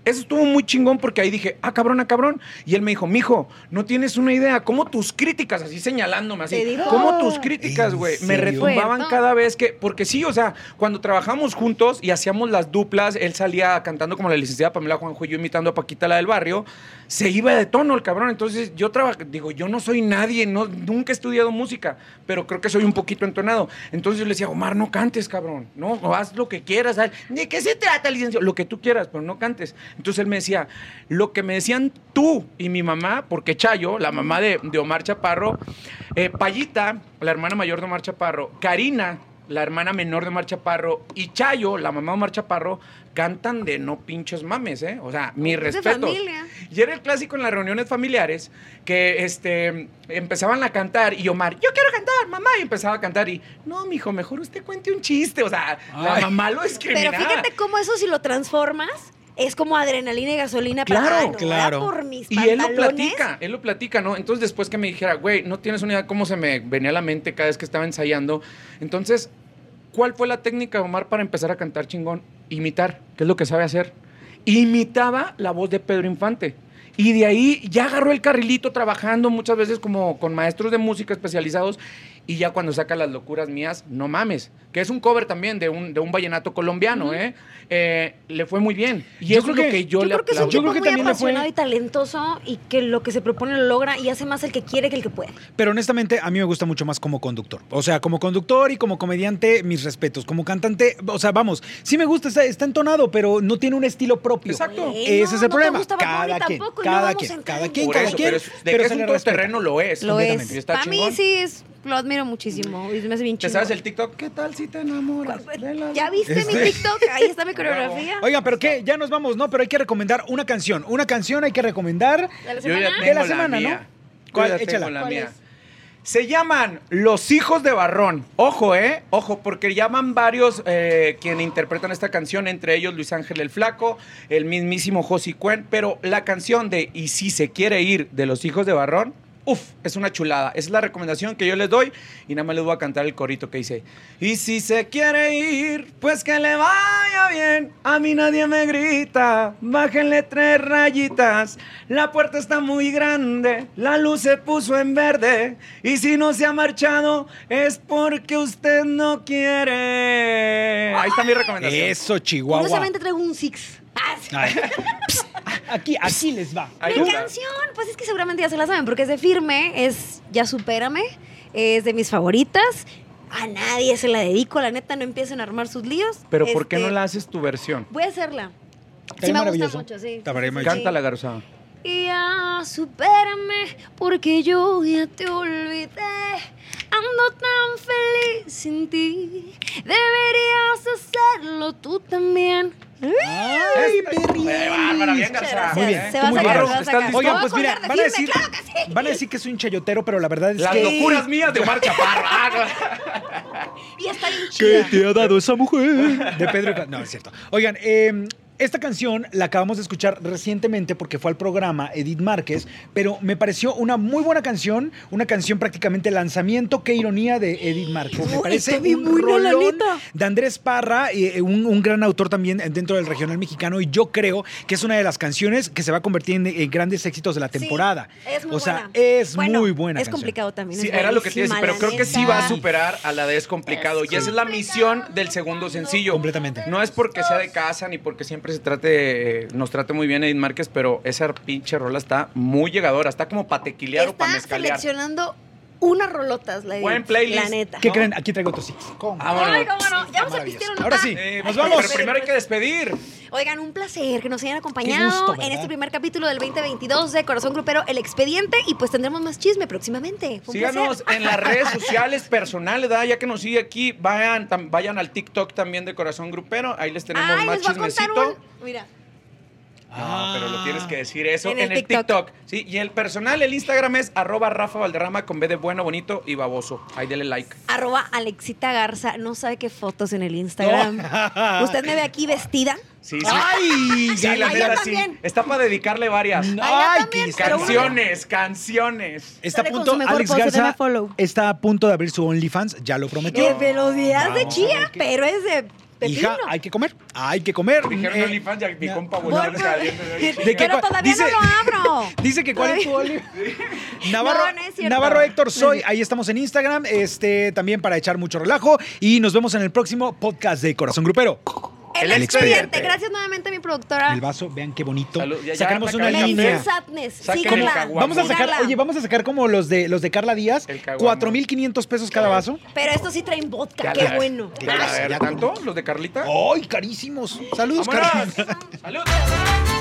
eso estuvo muy chingón porque ahí dije, ah, cabrón, ah, cabrón. Y él me dijo, mijo, no tienes una idea, cómo tus críticas, así señalándome, así,
Te digo.
cómo tus críticas,
¿En
güey, me
serio?
retumbaban
Fuerte.
cada vez que, porque sí, o sea, cuando trabajamos juntos y hacíamos las duplas, él salía cantando como la licenciada Pamela Juanjo y yo imitando a Paquita la del barrio, se iba de tono el cabrón, entonces yo trabajo, digo, yo no soy nadie, no, nunca he estudiado música, pero creo que soy un poquito entonado. Entonces yo le decía, Omar, no cantes, cabrón, no, o haz lo que quieras, haz- ¿de qué se trata, licenciado? Lo que tú quieras, pero no cantes. Entonces él me decía, lo que me decían tú y mi mamá, porque Chayo, la mamá de, de Omar Chaparro, eh, Payita, la hermana mayor de Omar Chaparro, Karina, la hermana menor de Omar Chaparro, y Chayo, la mamá de Omar Chaparro, cantan de no pinches mames, ¿eh? O sea, mi
Es de
respeto.
familia.
Y era el clásico en las reuniones familiares que este, empezaban a cantar y Omar, yo quiero cantar, mamá, y empezaba a cantar y, no, mijo, mejor usted cuente un chiste. O sea, la
Ay.
mamá lo
Pero
discriminaba.
fíjate cómo eso si lo transformas es como adrenalina y gasolina
Claro,
para "Ay, no,
claro.
ahora por mis
Y él lo
pantalones".
platica, él lo platica, ¿no? Entonces después que me dijera, güey, no tienes una idea cómo se me venía a la mente cada vez que estaba ensayando. Entonces, ¿cuál fue la técnica de Omar para empezar a cantar chingón? Imitar, que es lo que sabe hacer. Imitaba la voz de Pedro Infante. Y de ahí ya agarró el carrilito trabajando muchas veces como con maestros de música especializados. Y ya cuando saca las locuras mías, no mames, que es un cover también de un, de un vallenato colombiano, ¿eh? Eh, Le fue muy bien. Y
Yo
eso es
creo
lo
que-
que yo,
Yo,
le
creo que es un
aplaudo.
Yo
chico
creo que
muy
también le fue-
apasionado y talentoso y que lo que se propone lo logra y hace más el que quiere que el que puede.
Pero honestamente, a mí me gusta mucho más como conductor. O sea, como conductor y como comediante, mis respetos. Como cantante, o sea, vamos, sí me gusta, está, está entonado, pero no tiene un estilo propio.
Exacto.
Eh,
Ese
no,
es el
no te
problema.
gusta Bad Bunny
cada quien,
tampoco, y no
cada
vamos a
quien,
entrar
cada
en
quien,
Por
cada
eso,
quien.
pero es- de
pero
que es
se
un
le respeta.
terreno lo es.
Lo es.
completamente. Y está
Para mí
chingón.
sí es, lo admiro muchísimo y se me hace bien
¿Te
chido.
sabes el TikTok? ¿Qué tal si te enamoras? de la-
¿Ya viste mi
Este-
TikTok? Ahí está mi coreografía.
Oigan, pero qué, ya nos vamos, ¿no? Pero hay que recomendar una canción. Una canción hay que recomendar.
¿De la
Yo ya
semana?
tengo
De la
la
semana, ¿no?
mía. Yo
¿Cuál?
ya tengo
Échala.
la
¿Cuál
mía.
es?
Se llaman Los Hijos de Barrón. Ojo, ¿eh? Ojo, porque llaman varios eh, quienes interpretan esta canción, entre ellos Luis Ángel el Flaco, el mismísimo Josy Cuen, pero la canción de Y si se quiere ir de Los Hijos de Barrón, uf, es una chulada. Esa es la recomendación que yo les doy y nada más les voy a cantar el corito que dice. Y si se quiere ir, pues que le vaya bien. A mí nadie me grita, bájenle tres rayitas. La puerta está muy grande, la luz se puso en verde. Y si no se ha marchado, es porque usted no quiere. Ahí está mi recomendación.
Eso, Chihuahua.
Curiosamente traigo un six. Ah, sí.
Ay. Pst, aquí, aquí les va.
Ahí
Mi
está.
canción, pues es que seguramente ya se la saben, porque es de firme, es Ya Supérame, es de mis favoritas. A nadie se la dedico, la neta, no empiecen a armar sus líos.
Pero ¿por qué
Este,
no la haces tu versión?
Voy a hacerla.
Estaría
Sí, me
maravilloso.
gusta mucho, sí.
Estaría
Sí, sí, sí.
maravilloso.
Cántala, Garzón.
Y Ya supérame, porque yo ya te olvidé. Ando tan feliz sin ti. Deberías hacerlo tú también.
Ay, Berry.
Eh, bárbara, bien,
Muchas
Garzón.
gracias.
Muy bien.
Se va a sacar,
Muy
se va
bien.
a
Barro,
sacar.
¿estás
Oigan,
No,
pues
con
mira,
verde
van a
firme,
decir,
claro que sí.
van a decir que es un chayotero, pero la verdad es
Las
que.
locuras mías de Omar Chaparro. Ah, no.
Y está bien chida.
ha dado esa mujer? De Pedro y Juan- No, es cierto. Oigan, eh, Esta canción la acabamos de escuchar recientemente porque fue al programa Edith Márquez, pero me pareció una muy buena canción, una canción prácticamente lanzamiento, qué ironía de Edith Márquez. Me
Uy,
parece
está bien
un
buena la
rolón
neta.
de Andrés Parra, eh, un, un gran autor también dentro del regional mexicano y yo creo que es una de las canciones que se va a convertir en, en grandes éxitos de la temporada.
Sí, es muy
o sea,
buena.
es
Bueno,
muy buena.
Es
canción.
complicado también.
Sí,
es
era lo que te iba a
buenísima,
decir, pero
la
creo que sí va a
neta.
superar a la de es complicado. y esa es la misión del segundo sencillo.
Completamente.
No es porque sea de casa ni porque siempre se trate, nos trate muy bien Edith Márquez, pero esa pinche rola está muy llegadora. Está como para tequilear o para
Está
mezcalear.
seleccionando unas rolotas, la
Buen
neta,
playlist.
La neta.
¿Qué
No.
creen? Aquí traigo otros Ah, six. ¿Cómo?
Vámonos.
Ay, cómo no. Ya vamos a
Maravilloso.
pistear un
Ahora
Ah,
sí,
Eh,
nos vamos.
Pero primero hay que despedir.
Oigan, un placer que nos hayan acompañado
Qué gusto, ¿verdad?
en este primer capítulo del 2022 de Corazón Grupero, El Expediente, y pues tendremos más chisme próximamente. Fue un
Síganos
placer.
en las redes sociales personales, ¿verdad? ya que nos sigue aquí, vayan, tam- vayan al TikTok también de Corazón Grupero, ahí les tenemos
Ay,
más
les voy a contar
chismecito.
un... Mira.
No, Ah, pero lo tienes que decir eso
En
en,
el
el TikTok. Sí, y el personal, el Instagram es arroba Rafa Valderrama con B de bueno, bonito y baboso. Ahí dele like.
Arroba Alexita Garza, no sabe qué fotos en el Instagram.
No.
Usted me ve aquí vestida.
Sí, sí.
¡Ay!
Sí, la
Ay,
neta,
Ah, yo
sí.
también.
Está para dedicarle varias.
No,
Ay,
Ay,
yo también,
qué
pero bueno.
Canciones, canciones.
Está a
Sale con
punto,
su mejor
Alex
pose,
Garza
deme follow.
está a punto de abrir su OnlyFans, ya lo prometió.
De velocidad de
Vamos a ver
chía,
qué-
pero es de pepino.
Hija, hay que comer, hay que comer.
Dijeron
Eh,
OnlyFans, ya mi
no.
compa
Por-
volvió caliente de hoy.
¿De qué
pero
cua-
todavía
dice-
no lo abro.
Dice que cuál es tu
Todavía-
Oli- Navarro,
No, no es cierto.
Navarro Héctor Soy, ahí estamos en Instagram, este también para echar mucho relajo y nos vemos en el próximo podcast de Corazón Grupero.
El,
El
expediente.
expediente.
Gracias nuevamente a mi productora.
El vaso, vean qué bonito.
Salud, ya- ya
Sacaremos
me
una
acabé
Me
el
línea.
dice sadness.
Saquen el
Síganla.
caguamo.
Vamos a sacar,
síganla.
oye, vamos a sacar como los de los de Carla Díaz,
El caguamo.
4500 pesos cada vaso.
Pero estos sí traen vodka,
Ya
qué
la-
bueno.
ya la-
Ay, ya Oh,
¿Tanto? ¿Los de Carlita?
¡Ay, carísimos! Saludos,
¡Vámonos!
Carla.
¡Saludos!